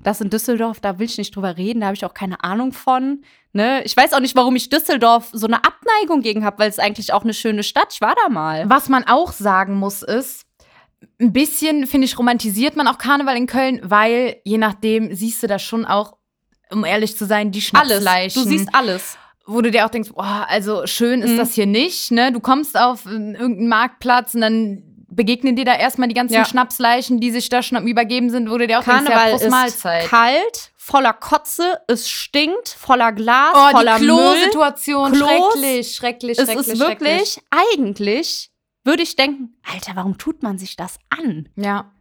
Speaker 1: Das in Düsseldorf, da will ich nicht drüber reden, da habe ich auch keine Ahnung von. Ne? Ich weiß auch nicht, warum ich Düsseldorf so eine Abneigung gegen habe, weil es eigentlich auch eine schöne Stadt. Ich war da mal.
Speaker 2: Was man auch sagen muss, ist, ein bisschen, finde ich, romantisiert man auch Karneval in Köln, weil je nachdem siehst du da schon auch, um ehrlich zu sein, die
Speaker 1: Alles.
Speaker 2: Schnapsleichen.
Speaker 1: Du siehst alles.
Speaker 2: wo du dir auch denkst, boah, also schön ist
Speaker 1: Mhm.
Speaker 2: das hier nicht, ne? Du kommst auf äh, irgendeinen Marktplatz und dann begegnen dir da erstmal die ganzen
Speaker 1: Ja.
Speaker 2: Schnapsleichen, die sich da schon am übergeben sind, wo du dir auch
Speaker 1: Karneval
Speaker 2: denkst, ja,
Speaker 1: ist
Speaker 2: Prost Mahlzeit.
Speaker 1: kalt, voller Kotze, es stinkt, voller Glas,
Speaker 2: Oh,
Speaker 1: voller
Speaker 2: die
Speaker 1: Müll.
Speaker 2: Klo-Situation,
Speaker 1: Klos.
Speaker 2: schrecklich, schrecklich,
Speaker 1: Es
Speaker 2: schrecklich,
Speaker 1: ist
Speaker 2: schrecklich.
Speaker 1: wirklich, eigentlich würde ich denken, Alter, warum tut man sich das an?
Speaker 2: Ja.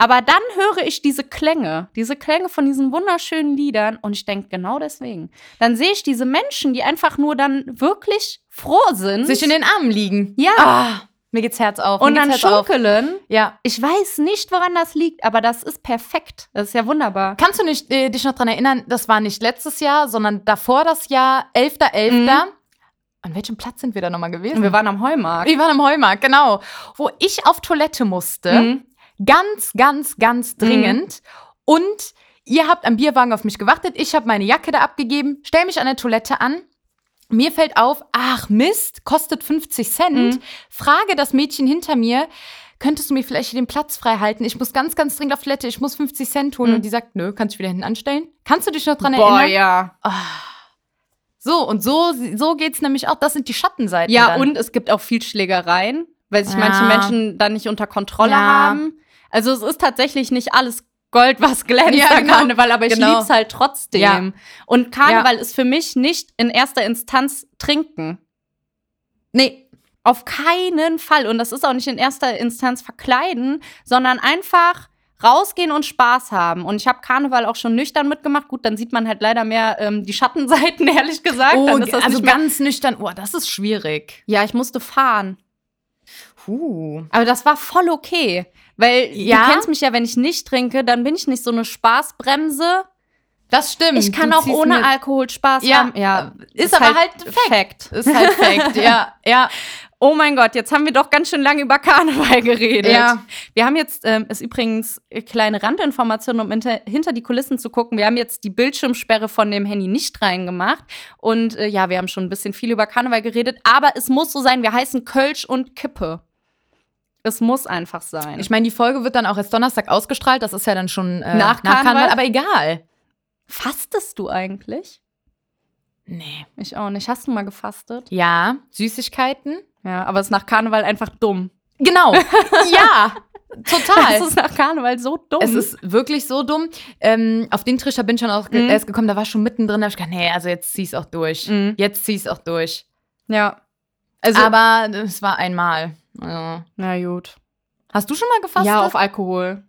Speaker 1: Aber dann höre ich diese Klänge, diese Klänge von diesen wunderschönen Liedern und ich denke genau deswegen. Dann sehe ich diese Menschen, die einfach nur dann wirklich froh sind.
Speaker 2: Sich in den Armen liegen.
Speaker 1: Ja.
Speaker 2: Ah, mir geht's Herz auf.
Speaker 1: und
Speaker 2: mir
Speaker 1: dann
Speaker 2: geht's Herz auf.
Speaker 1: schunkeln.
Speaker 2: Ja.
Speaker 1: Ich weiß nicht, woran das liegt, aber das ist perfekt. Das ist ja wunderbar.
Speaker 2: Kannst du nicht, äh, dich noch dran erinnern, das war nicht letztes Jahr, sondern davor das Jahr, 11.11.
Speaker 1: Mhm.
Speaker 2: An welchem Platz sind wir da nochmal gewesen?
Speaker 1: Und wir waren am Heumarkt.
Speaker 2: wir waren im Heumarkt, genau. Wo ich auf Toilette musste.
Speaker 1: Mhm.
Speaker 2: ganz, ganz, ganz dringend. Und ihr habt am Bierwagen auf mich gewartet. Ich habe meine Jacke da abgegeben, stell mich an der Toilette an. Mir fällt auf, ach Mist, kostet 50 Cent.
Speaker 1: Mhm.
Speaker 2: Frage das Mädchen hinter mir, könntest du mir vielleicht hier den Platz frei halten? Ich muss ganz, ganz dringend auf Toilette, ich muss 50 Cent holen.
Speaker 1: Mhm.
Speaker 2: Und die sagt, nö, kannst du wieder hinten anstellen? Kannst du dich noch dran
Speaker 1: Boah,
Speaker 2: erinnern?
Speaker 1: ja.
Speaker 2: So, und so, so geht's nämlich auch. Das sind die Schattenseiten.
Speaker 1: Ja,
Speaker 2: dann.
Speaker 1: und es gibt auch viel Schlägereien, weil sich
Speaker 2: Ja.
Speaker 1: manche Menschen dann nicht unter Kontrolle
Speaker 2: Ja.
Speaker 1: haben. Also es ist tatsächlich nicht alles Gold, was glänzt
Speaker 2: Ja,
Speaker 1: an
Speaker 2: genau.
Speaker 1: Karneval, aber ich
Speaker 2: Genau.
Speaker 1: lieb's halt trotzdem.
Speaker 2: Ja.
Speaker 1: Und Karneval ist für mich nicht in erster Instanz trinken.
Speaker 2: Nee,
Speaker 1: Auf keinen Fall. Und das ist auch nicht in erster Instanz verkleiden, sondern einfach rausgehen und Spaß haben. Und ich habe Karneval auch schon nüchtern mitgemacht. Gut, dann sieht man halt leider mehr ähm, die Schattenseiten, ehrlich gesagt.
Speaker 2: oh,
Speaker 1: dann ist das
Speaker 2: also
Speaker 1: nicht mehr
Speaker 2: ganz nüchtern. Oh, das ist schwierig.
Speaker 1: ja, ich musste fahren.
Speaker 2: Huh.
Speaker 1: Aber das war voll okay. Weil
Speaker 2: Ja?
Speaker 1: du kennst mich ja, wenn ich nicht trinke, dann bin ich nicht so eine Spaßbremse.
Speaker 2: Das stimmt.
Speaker 1: Ich kann
Speaker 2: Hm, Du
Speaker 1: auch
Speaker 2: ziehst
Speaker 1: ohne
Speaker 2: mit-
Speaker 1: Alkohol Spaß
Speaker 2: Ja,
Speaker 1: haben. Ja,
Speaker 2: ist aber halt ein
Speaker 1: Fact.
Speaker 2: Ist halt Fact, ja, ja.
Speaker 1: Oh mein Gott, jetzt haben wir doch ganz schön lange über Karneval geredet.
Speaker 2: Ja.
Speaker 1: Wir haben jetzt, ähm, ist übrigens äh, kleine Randinformation, um hinter, hinter die Kulissen zu gucken. Wir haben jetzt die Bildschirmsperre von dem Handy nicht reingemacht. Und äh, ja, wir haben schon ein bisschen viel über Karneval geredet. Aber es muss so sein, wir heißen Kölsch und Kippe. Es muss einfach sein.
Speaker 2: Ich meine, die Folge wird dann auch erst Donnerstag ausgestrahlt. Das ist ja dann schon äh,
Speaker 1: Nach Karneval?
Speaker 2: aber egal.
Speaker 1: Fastest du eigentlich?
Speaker 2: Nee.
Speaker 1: Ich auch nicht. Hast du mal gefastet?
Speaker 2: Ja, Süßigkeiten?
Speaker 1: Ja, aber es ist nach Karneval einfach dumm.
Speaker 2: Genau. ja, total.
Speaker 1: Es ist nach Karneval so dumm.
Speaker 2: Es ist wirklich so dumm. Ähm, auf den Trischer bin ich schon auch ge-
Speaker 1: Mhm.
Speaker 2: erst gekommen, da war ich schon mittendrin, da hab ich gedacht, nee, also jetzt zieh's auch durch.
Speaker 1: Mhm.
Speaker 2: Jetzt zieh's auch durch.
Speaker 1: ja.
Speaker 2: Also,
Speaker 1: Also,
Speaker 2: aber es war einmal. Ja.
Speaker 1: na gut.
Speaker 2: Hast du schon mal gefasst?
Speaker 1: Ja, auf Alkohol.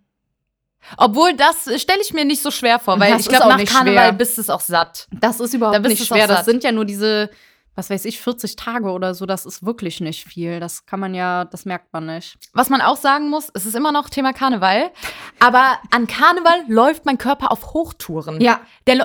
Speaker 2: Obwohl, das stelle ich mir nicht so schwer vor, weil
Speaker 1: Das
Speaker 2: ich
Speaker 1: ist
Speaker 2: glaube,
Speaker 1: auch
Speaker 2: nach
Speaker 1: nicht
Speaker 2: Karneval
Speaker 1: schwer.
Speaker 2: bist du es auch satt.
Speaker 1: Das ist überhaupt
Speaker 2: Da bist
Speaker 1: nicht
Speaker 2: du's auch
Speaker 1: schwer. Das
Speaker 2: satt.
Speaker 1: sind ja nur diese, was weiß ich, 40 Tage oder so. Das ist wirklich nicht viel. Das kann man ja, das merkt man nicht.
Speaker 2: Was man auch sagen muss, es ist immer noch Thema Karneval, aber an Karneval läuft mein Körper auf Hochtouren.
Speaker 1: Mhm. Ja.
Speaker 2: Der Leu-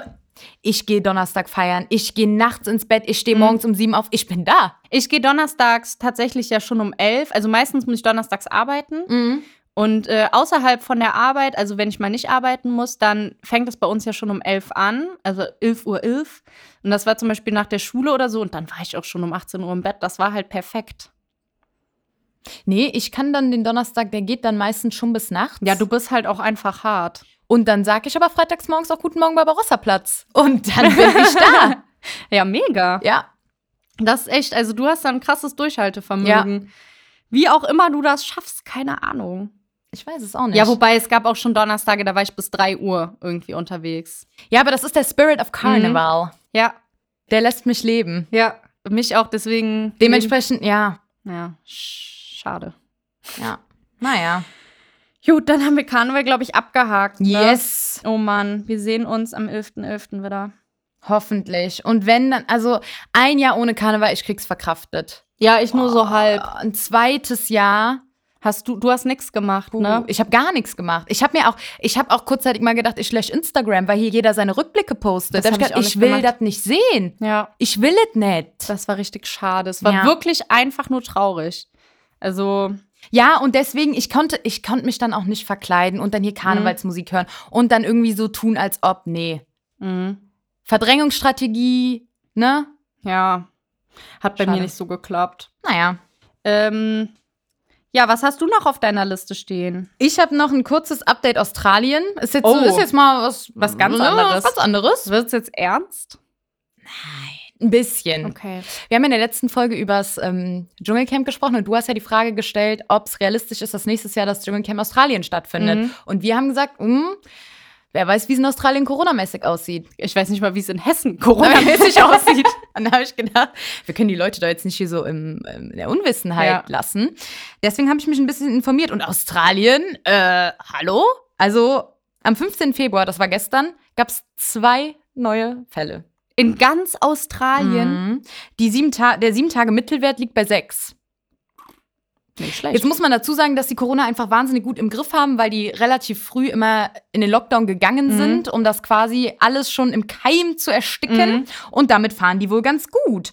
Speaker 2: ich gehe Donnerstag feiern, ich gehe nachts ins Bett, ich
Speaker 1: Mhm.
Speaker 2: stehe morgens um sieben auf, ich bin da.
Speaker 1: Ich gehe donnerstags tatsächlich ja schon um elf. Also meistens muss ich donnerstags arbeiten. Und äh, außerhalb von der Arbeit, also wenn ich mal nicht arbeiten muss, dann fängt es bei uns ja schon um 11 an, also 11 Uhr 11. Und das war zum Beispiel nach der Schule oder so. Und dann war ich auch schon um 18 Uhr im Bett. Das war halt perfekt.
Speaker 2: Nee, ich kann dann den Donnerstag, der geht dann meistens schon bis nachts.
Speaker 1: Ja, du bist halt auch einfach hart.
Speaker 2: Und dann sage ich aber freitags morgens auch Guten Morgen Barbarossa-Platz. Und dann bin ich da.
Speaker 1: Ja, mega.
Speaker 2: Ja.
Speaker 1: Das ist echt, also du hast da ein krasses Durchhaltevermögen. Wie auch immer du das schaffst, keine Ahnung.
Speaker 2: Ich weiß es auch nicht.
Speaker 1: Ja, wobei es gab auch schon Donnerstage, da war ich bis 3 Uhr irgendwie unterwegs.
Speaker 2: ja aber das ist der Spirit of Carnival.
Speaker 1: Ja,
Speaker 2: Der lässt mich leben.
Speaker 1: ja. Mich auch deswegen.
Speaker 2: Dementsprechend, ja.
Speaker 1: Ja, sch- schade.
Speaker 2: Ja. Naja.
Speaker 1: Gut, dann haben wir Karneval, glaube ich, abgehakt. Ne?
Speaker 2: Yes.
Speaker 1: Oh Mann, wir sehen uns am 11.11. wieder.
Speaker 2: Hoffentlich. Und wenn dann, also ein Jahr ohne Karneval, ich krieg's verkraftet.
Speaker 1: Ja, ich nur so
Speaker 2: Äh,
Speaker 1: halb.
Speaker 2: Ein zweites Jahr,
Speaker 1: Hast du, du hast nichts gemacht,
Speaker 2: ne?
Speaker 1: ne?
Speaker 2: ich habe gar nichts gemacht. Ich habe mir auch, ich habe auch kurzzeitig mal gedacht, ich lösche Instagram, weil hier jeder seine Rückblicke postet.
Speaker 1: Das
Speaker 2: Da
Speaker 1: hab
Speaker 2: hab
Speaker 1: ich auch
Speaker 2: gedacht,
Speaker 1: nicht
Speaker 2: ich will
Speaker 1: gemacht.
Speaker 2: das nicht sehen.
Speaker 1: Ja,
Speaker 2: Ich will es nicht.
Speaker 1: das war richtig schade. Es war
Speaker 2: Ja.
Speaker 1: wirklich einfach nur traurig. Also,
Speaker 2: Ja, und deswegen, ich konnte, ich konnte mich dann auch nicht verkleiden und dann
Speaker 1: Mhm.
Speaker 2: hier Karnevalsmusik hören und dann irgendwie so tun, als ob, nee.
Speaker 1: mh,
Speaker 2: Verdrängungsstrategie, ne?
Speaker 1: ja, hat bei
Speaker 2: Schade.
Speaker 1: mir nicht so geklappt.
Speaker 2: Naja.
Speaker 1: Ähm, ja, was hast du noch auf deiner Liste stehen?
Speaker 2: Ich habe noch ein kurzes Update Australien. Ist jetzt,
Speaker 1: Oh. Mhm.
Speaker 2: ist jetzt mal was,
Speaker 1: Was ganz
Speaker 2: Ja,
Speaker 1: anderes.
Speaker 2: Was anderes.
Speaker 1: Wird es jetzt ernst?
Speaker 2: Ein bisschen.
Speaker 1: Okay.
Speaker 2: Wir haben in der letzten Folge über das ähm, Dschungelcamp gesprochen und du hast ja die Frage gestellt, ob es realistisch ist, dass nächstes Jahr das Dschungelcamp Australien stattfindet.
Speaker 1: Mhm.
Speaker 2: Und wir haben gesagt, hm, wer weiß, wie es in Australien coronamäßig aussieht.
Speaker 1: Ich weiß nicht mal, wie es in Hessen coronamäßig aussieht.
Speaker 2: Und da habe ich gedacht, wir können die Leute da jetzt nicht hier so im, ähm, in der Unwissenheit
Speaker 1: Ja.
Speaker 2: lassen. Deswegen habe ich mich ein bisschen informiert. Und Australien, äh, hallo? Also am 15. Februar, das war gestern, gab es zwei neue Fälle.
Speaker 1: In ganz Australien.
Speaker 2: Mhm. Die sieben Ta der sieben Tage Mittelwert liegt bei sechs.
Speaker 1: Nicht schlecht.
Speaker 2: Jetzt muss man dazu sagen, dass die Corona einfach wahnsinnig gut im Griff haben, weil die relativ früh immer in den Lockdown gegangen
Speaker 1: Mhm.
Speaker 2: sind, um das quasi alles schon im Keim zu ersticken.
Speaker 1: Mhm.
Speaker 2: Und damit fahren die wohl ganz gut.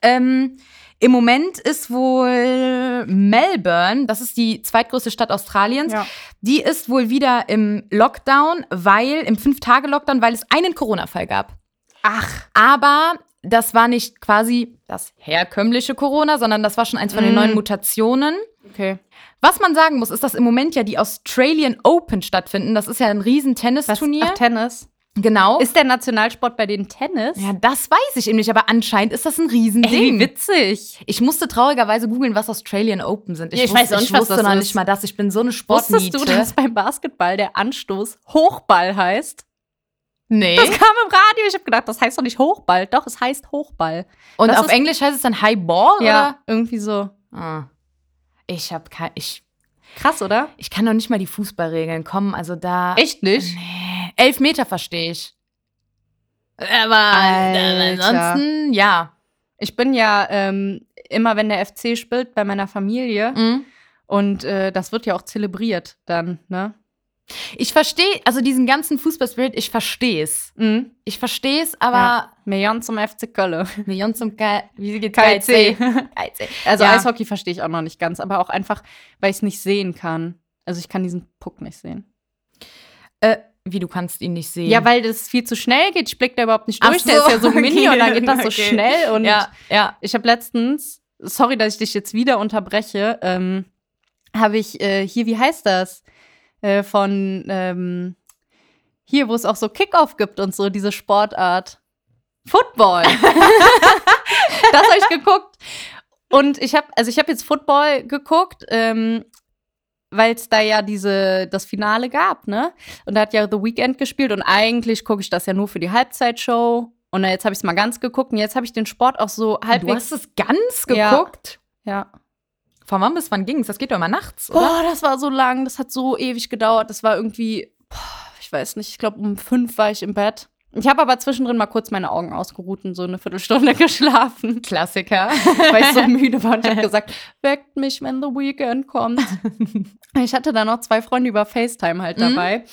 Speaker 2: Ähm, Im Moment ist wohl Melbourne, das ist die zweitgrößte Stadt Australiens,
Speaker 1: Ja.
Speaker 2: die ist wohl wieder im Lockdown, weil, im Fünf-Tage-Lockdown, weil es einen Corona-Fall gab.
Speaker 1: Ach,
Speaker 2: Aber das war nicht quasi das herkömmliche Corona, sondern das war schon eins von den
Speaker 1: Mm.
Speaker 2: neuen Mutationen.
Speaker 1: okay.
Speaker 2: Was man sagen muss, ist, dass im Moment ja die Australian Open stattfinden. Das ist ja ein riesen
Speaker 1: Was,
Speaker 2: Tennisturnier.
Speaker 1: ach, Tennis.
Speaker 2: Genau.
Speaker 1: Ist der Nationalsport bei den Tennis?
Speaker 2: ja, das weiß ich eben nicht, aber anscheinend ist das ein
Speaker 1: Ey,
Speaker 2: Riesending.
Speaker 1: wie witzig.
Speaker 2: ich musste traurigerweise googeln, was Australian Open sind.
Speaker 1: Ja, ich weiß auch
Speaker 2: wusste-
Speaker 1: nicht, was
Speaker 2: wusste
Speaker 1: das
Speaker 2: noch
Speaker 1: ist.
Speaker 2: nicht mal das. Ich bin so eine
Speaker 1: Wusstest du,
Speaker 2: Sportniete.
Speaker 1: dass beim Basketball der Anstoß Hochball heißt?
Speaker 2: Nee.
Speaker 1: Das kam im Radio. Ich habe gedacht, das heißt doch nicht Hochball. Doch, es heißt Hochball.
Speaker 2: Und
Speaker 1: das
Speaker 2: auf
Speaker 1: ist-
Speaker 2: Englisch heißt es dann High Ball,
Speaker 1: Ja, irgendwie so.
Speaker 2: oder? Ah. Ich habe kein, ich,
Speaker 1: Krass, oder?
Speaker 2: ich kann doch nicht mal die Fußballregeln kommen. Also da.
Speaker 1: Echt nicht?
Speaker 2: Nee. Elf Meter verstehe ich. Aber
Speaker 1: Alter.
Speaker 2: ansonsten, ja.
Speaker 1: Ich bin ja ähm, immer, wenn der FC spielt, bei meiner Familie.
Speaker 2: Mhm.
Speaker 1: Und äh, das wird ja auch zelebriert dann, ne?
Speaker 2: Ich verstehe, also diesen ganzen Fußballspirit, ich verstehe es.
Speaker 1: Mhm.
Speaker 2: Ich verstehe es, aber
Speaker 1: Million zum FC Köln.
Speaker 2: Millionen zum K wie geht's?
Speaker 1: KIC.
Speaker 2: KIC.
Speaker 1: Also
Speaker 2: Ja.
Speaker 1: Eishockey verstehe ich auch noch nicht ganz, aber auch einfach, weil ich es nicht sehen kann. Also ich kann diesen Puck nicht sehen.
Speaker 2: Äh, wie du kannst ihn nicht sehen.
Speaker 1: Ja, weil das viel zu schnell geht. Ich blick da überhaupt nicht
Speaker 2: Ach
Speaker 1: durch. Der ist
Speaker 2: so,
Speaker 1: ja so mini
Speaker 2: okay,
Speaker 1: und dann geht das so
Speaker 2: okay.
Speaker 1: schnell. Und
Speaker 2: ja, ja.
Speaker 1: ich habe letztens, sorry, dass ich dich jetzt wieder unterbreche, ähm, habe ich äh, hier, wie heißt das? Äh, von ähm, hier, wo es auch so Kickoff gibt und so, diese Sportart. Football. das habe ich geguckt. Und ich habe, also ich habe jetzt Football geguckt, ähm, weil es da ja diese, das Finale gab, ne? Und da hat ja The Weeknd gespielt und eigentlich gucke ich das ja nur für die Halbzeitshow. Und äh, jetzt habe ich es mal ganz geguckt und jetzt habe ich den Sport auch so
Speaker 2: Du
Speaker 1: halbwegs.
Speaker 2: hast es ganz
Speaker 1: Ja.
Speaker 2: geguckt.
Speaker 1: Ja.
Speaker 2: Von wann bis wann ging's? Das geht doch immer nachts, oder?
Speaker 1: Boah, das war so lang, das hat so ewig gedauert. Das war irgendwie, boah, ich weiß nicht, ich glaube um fünf war ich im Bett. Ich habe aber zwischendrin mal kurz meine Augen ausgeruht und so eine Viertelstunde geschlafen.
Speaker 2: Klassiker.
Speaker 1: weil ich so müde war und ich habe gesagt, weckt mich, wenn The Weekend kommt. Ich hatte da noch zwei Freunde über FaceTime halt
Speaker 2: Mhm.
Speaker 1: dabei.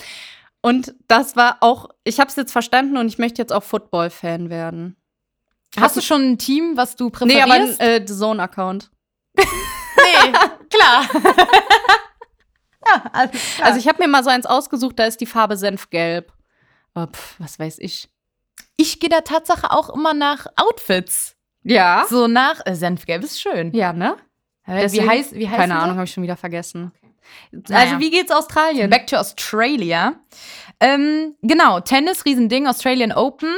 Speaker 1: Und das war auch, ich habe es jetzt verstanden und ich möchte jetzt auch Football-Fan werden.
Speaker 2: Hast du schon ein Team, was du
Speaker 1: Nee, aber
Speaker 2: präferierst?
Speaker 1: äh, The Zone-Account.
Speaker 2: Nee, klar. ja, alles klar.
Speaker 1: Also ich habe mir mal so eins ausgesucht, da ist die Farbe Senfgelb. Aber pff, was weiß ich.
Speaker 2: Ich gehe da Tatsache auch immer nach Outfits.
Speaker 1: Ja.
Speaker 2: So nach äh, Senfgelb ist schön.
Speaker 1: Ja, ne?
Speaker 2: Äh,
Speaker 1: deswegen-
Speaker 2: wie heißt wie heißt
Speaker 1: Keine
Speaker 2: die
Speaker 1: Ahnung, habe ich schon wieder vergessen.
Speaker 2: Naja.
Speaker 1: Also, wie geht's
Speaker 2: da?
Speaker 1: Australien?
Speaker 2: Back to Australia. Ähm, genau, Tennis, Riesending, Australian Open.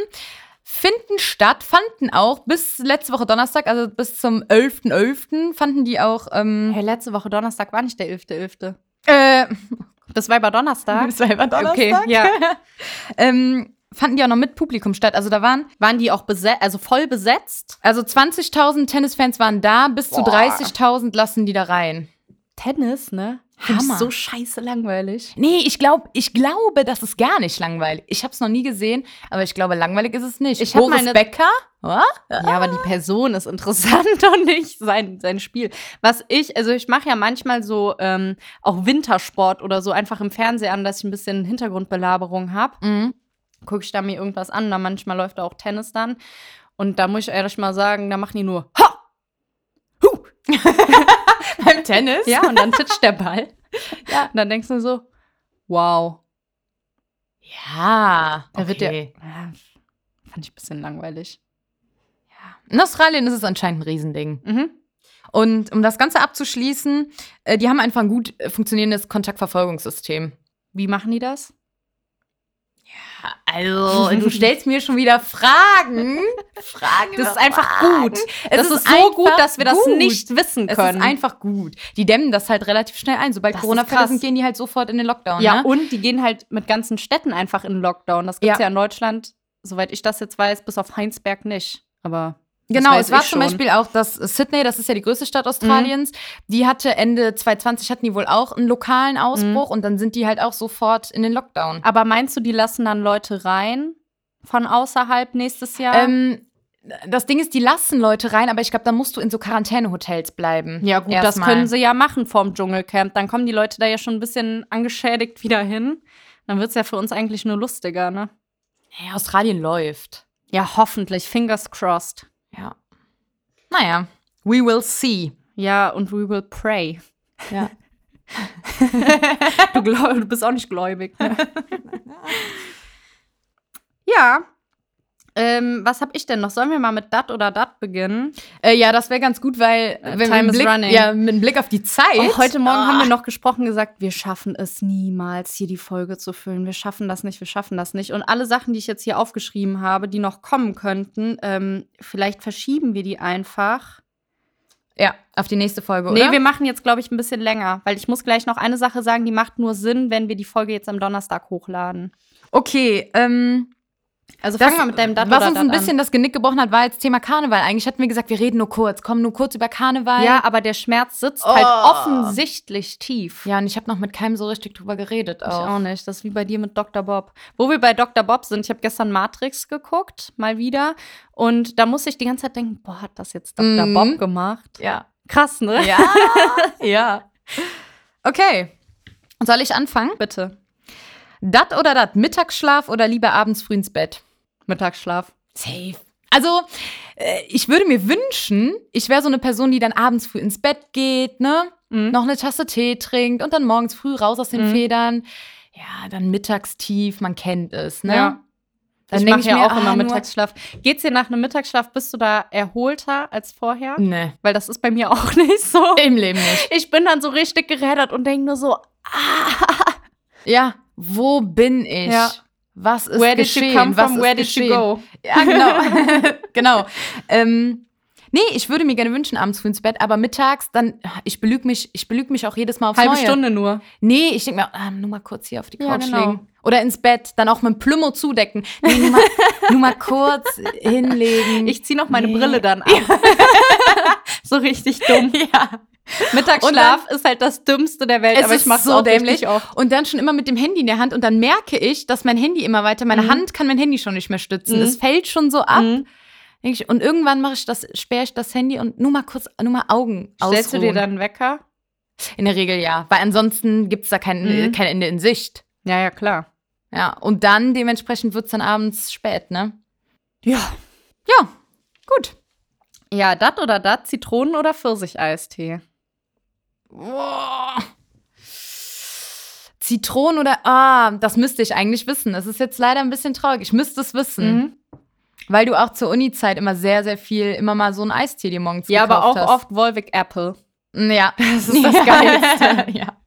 Speaker 2: Finden statt, fanden auch bis letzte Woche Donnerstag, also bis zum 11.11., fanden die auch. Ähm,
Speaker 1: Hey, letzte Woche Donnerstag war nicht der 11.11.
Speaker 2: äh,
Speaker 1: Das war über Donnerstag.
Speaker 2: das war immer
Speaker 1: Okay, ja.
Speaker 2: ähm, fanden die auch noch mit Publikum statt. Also da waren
Speaker 1: Waren die auch besetzt, also voll besetzt?
Speaker 2: also 20.000 Tennisfans waren da, bis zu
Speaker 1: Boah.
Speaker 2: 30.000 lassen die da rein.
Speaker 1: Tennis, ne? Find
Speaker 2: Hammer.
Speaker 1: Ich so scheiße langweilig.
Speaker 2: Nee, ich glaube, ich glaube, das ist gar nicht langweilig. Ich habe es noch nie gesehen, aber ich glaube, langweilig ist es nicht.
Speaker 1: Ich hab
Speaker 2: Boris
Speaker 1: meine-
Speaker 2: Becker? Ah?
Speaker 1: Ja, aber die Person ist interessant und nicht sein, sein Spiel. Was ich, also ich mache ja manchmal so ähm, auch Wintersport oder so einfach im Fernseher an, dass ich ein bisschen Hintergrundbelaberung habe. Gucke ich da mir irgendwas an, da manchmal läuft da auch Tennis dann. Und da muss ich ehrlich mal sagen, da machen die nur Ha! Huh!
Speaker 2: Beim Tennis?
Speaker 1: Ja, und dann titscht der Ball.
Speaker 2: Ja.
Speaker 1: Und dann denkst du so, wow.
Speaker 2: Ja.
Speaker 1: Da wird der-
Speaker 2: okay.
Speaker 1: Ja, fand ich ein bisschen langweilig.
Speaker 2: In Australien ist es anscheinend ein Riesending.
Speaker 1: Mhm.
Speaker 2: Und um das Ganze abzuschließen, äh, die haben einfach ein gut äh, funktionierendes Kontaktverfolgungssystem.
Speaker 1: Wie machen die das?
Speaker 2: Also, du stellst mir schon wieder Fragen. Fragen.
Speaker 1: Das ist einfach gut.
Speaker 2: Es
Speaker 1: das ist,
Speaker 2: ist
Speaker 1: so gut,
Speaker 2: einfach
Speaker 1: dass wir das
Speaker 2: gut.
Speaker 1: nicht wissen
Speaker 2: Es
Speaker 1: können.
Speaker 2: ist einfach gut. Die dämmen das halt relativ schnell ein. Sobald
Speaker 1: Das ist
Speaker 2: Corona-Fälle
Speaker 1: krass.
Speaker 2: sind, gehen die halt sofort in den Lockdown.
Speaker 1: ja,
Speaker 2: ne?
Speaker 1: und die gehen halt mit ganzen Städten einfach in Lockdown. Das gibt es
Speaker 2: Ja.
Speaker 1: ja. in Deutschland, soweit ich das jetzt weiß, bis auf Heinsberg nicht. Aber das
Speaker 2: Genau,
Speaker 1: weiß
Speaker 2: es war
Speaker 1: ich
Speaker 2: zum
Speaker 1: schon. Mhm.
Speaker 2: Beispiel auch das Sydney, das ist ja die größte Stadt Australiens, die hatte Ende 2020 hatten die wohl auch einen lokalen
Speaker 1: Mhm.
Speaker 2: Ausbruch und dann sind die halt auch sofort in den Lockdown.
Speaker 1: Aber meinst du, die lassen dann Leute rein von außerhalb nächstes Jahr?
Speaker 2: Ähm, das Ding ist, die lassen Leute rein, aber ich glaube, da musst du in so Quarantänehotels bleiben.
Speaker 1: ja, gut, das
Speaker 2: Erstmal.
Speaker 1: können sie ja machen vorm Dschungelcamp. Dann kommen die Leute da ja schon ein bisschen angeschädigt wieder hin. Dann wird es ja für uns eigentlich nur lustiger, ne?
Speaker 2: Hey, Australien läuft.
Speaker 1: Ja, hoffentlich. Fingers crossed.
Speaker 2: Ja. Naja, we will see.
Speaker 1: Ja, und we will pray.
Speaker 2: Ja.
Speaker 1: Du, glaub, du bist auch nicht gläubig. Ne? ja. Ähm, was hab ich denn noch? Sollen wir mal mit dat oder dat beginnen?
Speaker 2: Äh, ja, das wäre ganz gut, weil
Speaker 1: Äh,
Speaker 2: wenn wir
Speaker 1: time
Speaker 2: einen
Speaker 1: is
Speaker 2: Blick,
Speaker 1: running.
Speaker 2: Ja, mit einem Blick auf die Zeit.
Speaker 1: Oh, heute Morgen
Speaker 2: Ah.
Speaker 1: haben wir noch gesprochen, gesagt, wir schaffen es niemals, hier die Folge zu füllen. Wir schaffen das nicht, wir schaffen das nicht. Und alle Sachen, die ich jetzt hier aufgeschrieben habe, die noch kommen könnten, ähm, vielleicht verschieben wir die einfach.
Speaker 2: Ja, auf die nächste Folge,
Speaker 1: Nee,
Speaker 2: oder?
Speaker 1: wir machen jetzt, glaube ich, ein bisschen länger, weil ich muss gleich noch eine Sache sagen, die macht nur Sinn, wenn wir die Folge jetzt am Donnerstag hochladen.
Speaker 2: okay, ähm,
Speaker 1: Also
Speaker 2: Das-
Speaker 1: fangen wir mit deinem Dat
Speaker 2: Was
Speaker 1: oder
Speaker 2: uns ein
Speaker 1: Dat
Speaker 2: bisschen das Genick gebrochen hat, war jetzt Thema Karneval. Eigentlich hatten wir gesagt, wir reden nur kurz, kommen nur kurz über Karneval.
Speaker 1: an. Ja, aber der Schmerz sitzt
Speaker 2: Oh.
Speaker 1: halt offensichtlich tief.
Speaker 2: Ja, und ich habe noch mit keinem so richtig drüber geredet.
Speaker 1: Ich
Speaker 2: Auch.
Speaker 1: auch nicht. Das ist wie bei dir mit Dr. Bob. Wo wir bei Dr. Bob sind, ich habe gestern Matrix geguckt, mal wieder. Und da musste ich die ganze Zeit denken, boah, hat das jetzt Dr.
Speaker 2: Mhm.
Speaker 1: Bob gemacht?
Speaker 2: Ja.
Speaker 1: Krass, ne?
Speaker 2: Ja. ja. Okay. Soll ich anfangen?
Speaker 1: Bitte.
Speaker 2: Dat oder dat? Mittagsschlaf oder lieber abends früh ins Bett?
Speaker 1: Mittagsschlaf.
Speaker 2: Safe. Also, äh, ich würde mir wünschen, ich wäre so eine Person, die dann abends früh ins Bett geht, ne?
Speaker 1: Mhm.
Speaker 2: Noch eine Tasse Tee trinkt und dann morgens früh raus aus den
Speaker 1: Mhm.
Speaker 2: Federn. Ja, dann mittagstief, man kennt es, ne?
Speaker 1: Ja.
Speaker 2: Dann
Speaker 1: ich
Speaker 2: denk
Speaker 1: mache ja
Speaker 2: mir,
Speaker 1: auch
Speaker 2: ah,
Speaker 1: immer
Speaker 2: nur-
Speaker 1: Mittagsschlaf. Geht's dir nach einem Mittagsschlaf, bist du da erholter als vorher?
Speaker 2: Nee,
Speaker 1: Weil das ist bei mir auch nicht so.
Speaker 2: im Leben nicht.
Speaker 1: Mhm. Ich bin dann so richtig gerädert und denke nur so,
Speaker 2: Ja, wo bin ich?
Speaker 1: Ja.
Speaker 2: Was ist
Speaker 1: where did
Speaker 2: geschehen?
Speaker 1: you come
Speaker 2: Was
Speaker 1: from,
Speaker 2: ist
Speaker 1: where did
Speaker 2: geschehen?
Speaker 1: you go?
Speaker 2: Ja, genau. genau. Ähm, nee, ich würde mir gerne wünschen, abends früh ins Bett, aber mittags, dann, ich belüge mich, ich belüge mich auch jedes Mal aufs
Speaker 1: Halbe
Speaker 2: Neue.
Speaker 1: Stunde nur.
Speaker 2: Nee, ich denke mir, ah, nur mal kurz hier auf die
Speaker 1: Ja,
Speaker 2: Couch
Speaker 1: genau.
Speaker 2: legen. Oder ins Bett, dann auch mit dem Plümo zudecken. Nee, nur, mal, nur mal kurz hinlegen.
Speaker 1: Ich ziehe noch meine
Speaker 2: Nee.
Speaker 1: Brille dann ab. so richtig dumm.
Speaker 2: ja.
Speaker 1: Mittagsschlaf ist halt das Dümmste der Welt,
Speaker 2: Es
Speaker 1: aber ich
Speaker 2: ist
Speaker 1: mache
Speaker 2: so
Speaker 1: auch
Speaker 2: dämlich.
Speaker 1: richtig oft.
Speaker 2: Und dann schon immer mit dem Handy in der Hand. Und dann merke ich, dass mein Handy immer weiter, meine
Speaker 1: Mhm.
Speaker 2: Hand kann mein Handy schon nicht mehr stützen.
Speaker 1: Mhm.
Speaker 2: Es fällt schon so ab.
Speaker 1: Mhm.
Speaker 2: Denk Ich, und irgendwann mache ich das, sperre ich das Handy und nur mal kurz, nur mal Augen
Speaker 1: Stellst du dir
Speaker 2: ausruhen.
Speaker 1: dann einen Wecker?
Speaker 2: In der Regel ja, weil ansonsten gibt es da kein,
Speaker 1: Mhm.
Speaker 2: kein Ende in Sicht.
Speaker 1: Ja, ja, klar.
Speaker 2: Ja, und dann dementsprechend wird es dann abends spät, ne?
Speaker 1: Ja.
Speaker 2: Ja, gut.
Speaker 1: Ja, dat oder dat, Zitronen- oder Pfirsicheistee?
Speaker 2: Boah. Zitronen oder, ah, das müsste ich eigentlich wissen. Das ist jetzt leider ein bisschen traurig. Ich müsste es
Speaker 1: Mhm.
Speaker 2: wissen, weil du auch zur Uni-Zeit immer sehr, sehr viel, immer mal so ein Eistee dir morgens
Speaker 1: Ja, aber auch
Speaker 2: gekauft hast.
Speaker 1: oft Volvic Apple.
Speaker 2: Ja, das
Speaker 1: ist das Geilste.
Speaker 2: ja.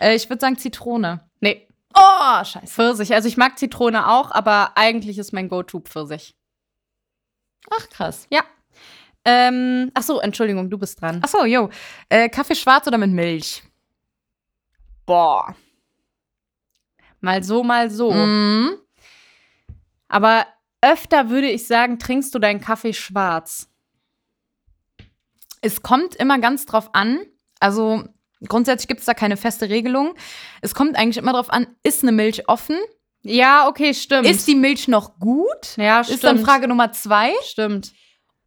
Speaker 2: Äh, ich würde sagen Zitrone.
Speaker 1: Nee,
Speaker 2: Oh, scheiße.
Speaker 1: Pfirsich. Also ich mag Zitrone auch, aber eigentlich ist mein Go-To Pfirsich.
Speaker 2: Ach, krass.
Speaker 1: Ähm, ach so, Entschuldigung, du bist dran.
Speaker 2: Ach so, jo. Äh, Kaffee schwarz oder mit Milch?
Speaker 1: boah. Mal so, mal so.
Speaker 2: Mhm.
Speaker 1: Aber öfter würde ich sagen, trinkst du deinen Kaffee schwarz.
Speaker 2: Es kommt immer ganz drauf an. Also grundsätzlich gibt es da keine feste Regelung. Es kommt eigentlich immer drauf an, ist eine Milch offen?
Speaker 1: Ja, okay, stimmt.
Speaker 2: Ist die Milch noch gut?
Speaker 1: ja, stimmt.
Speaker 2: Ist dann Frage Nummer zwei.
Speaker 1: Stimmt.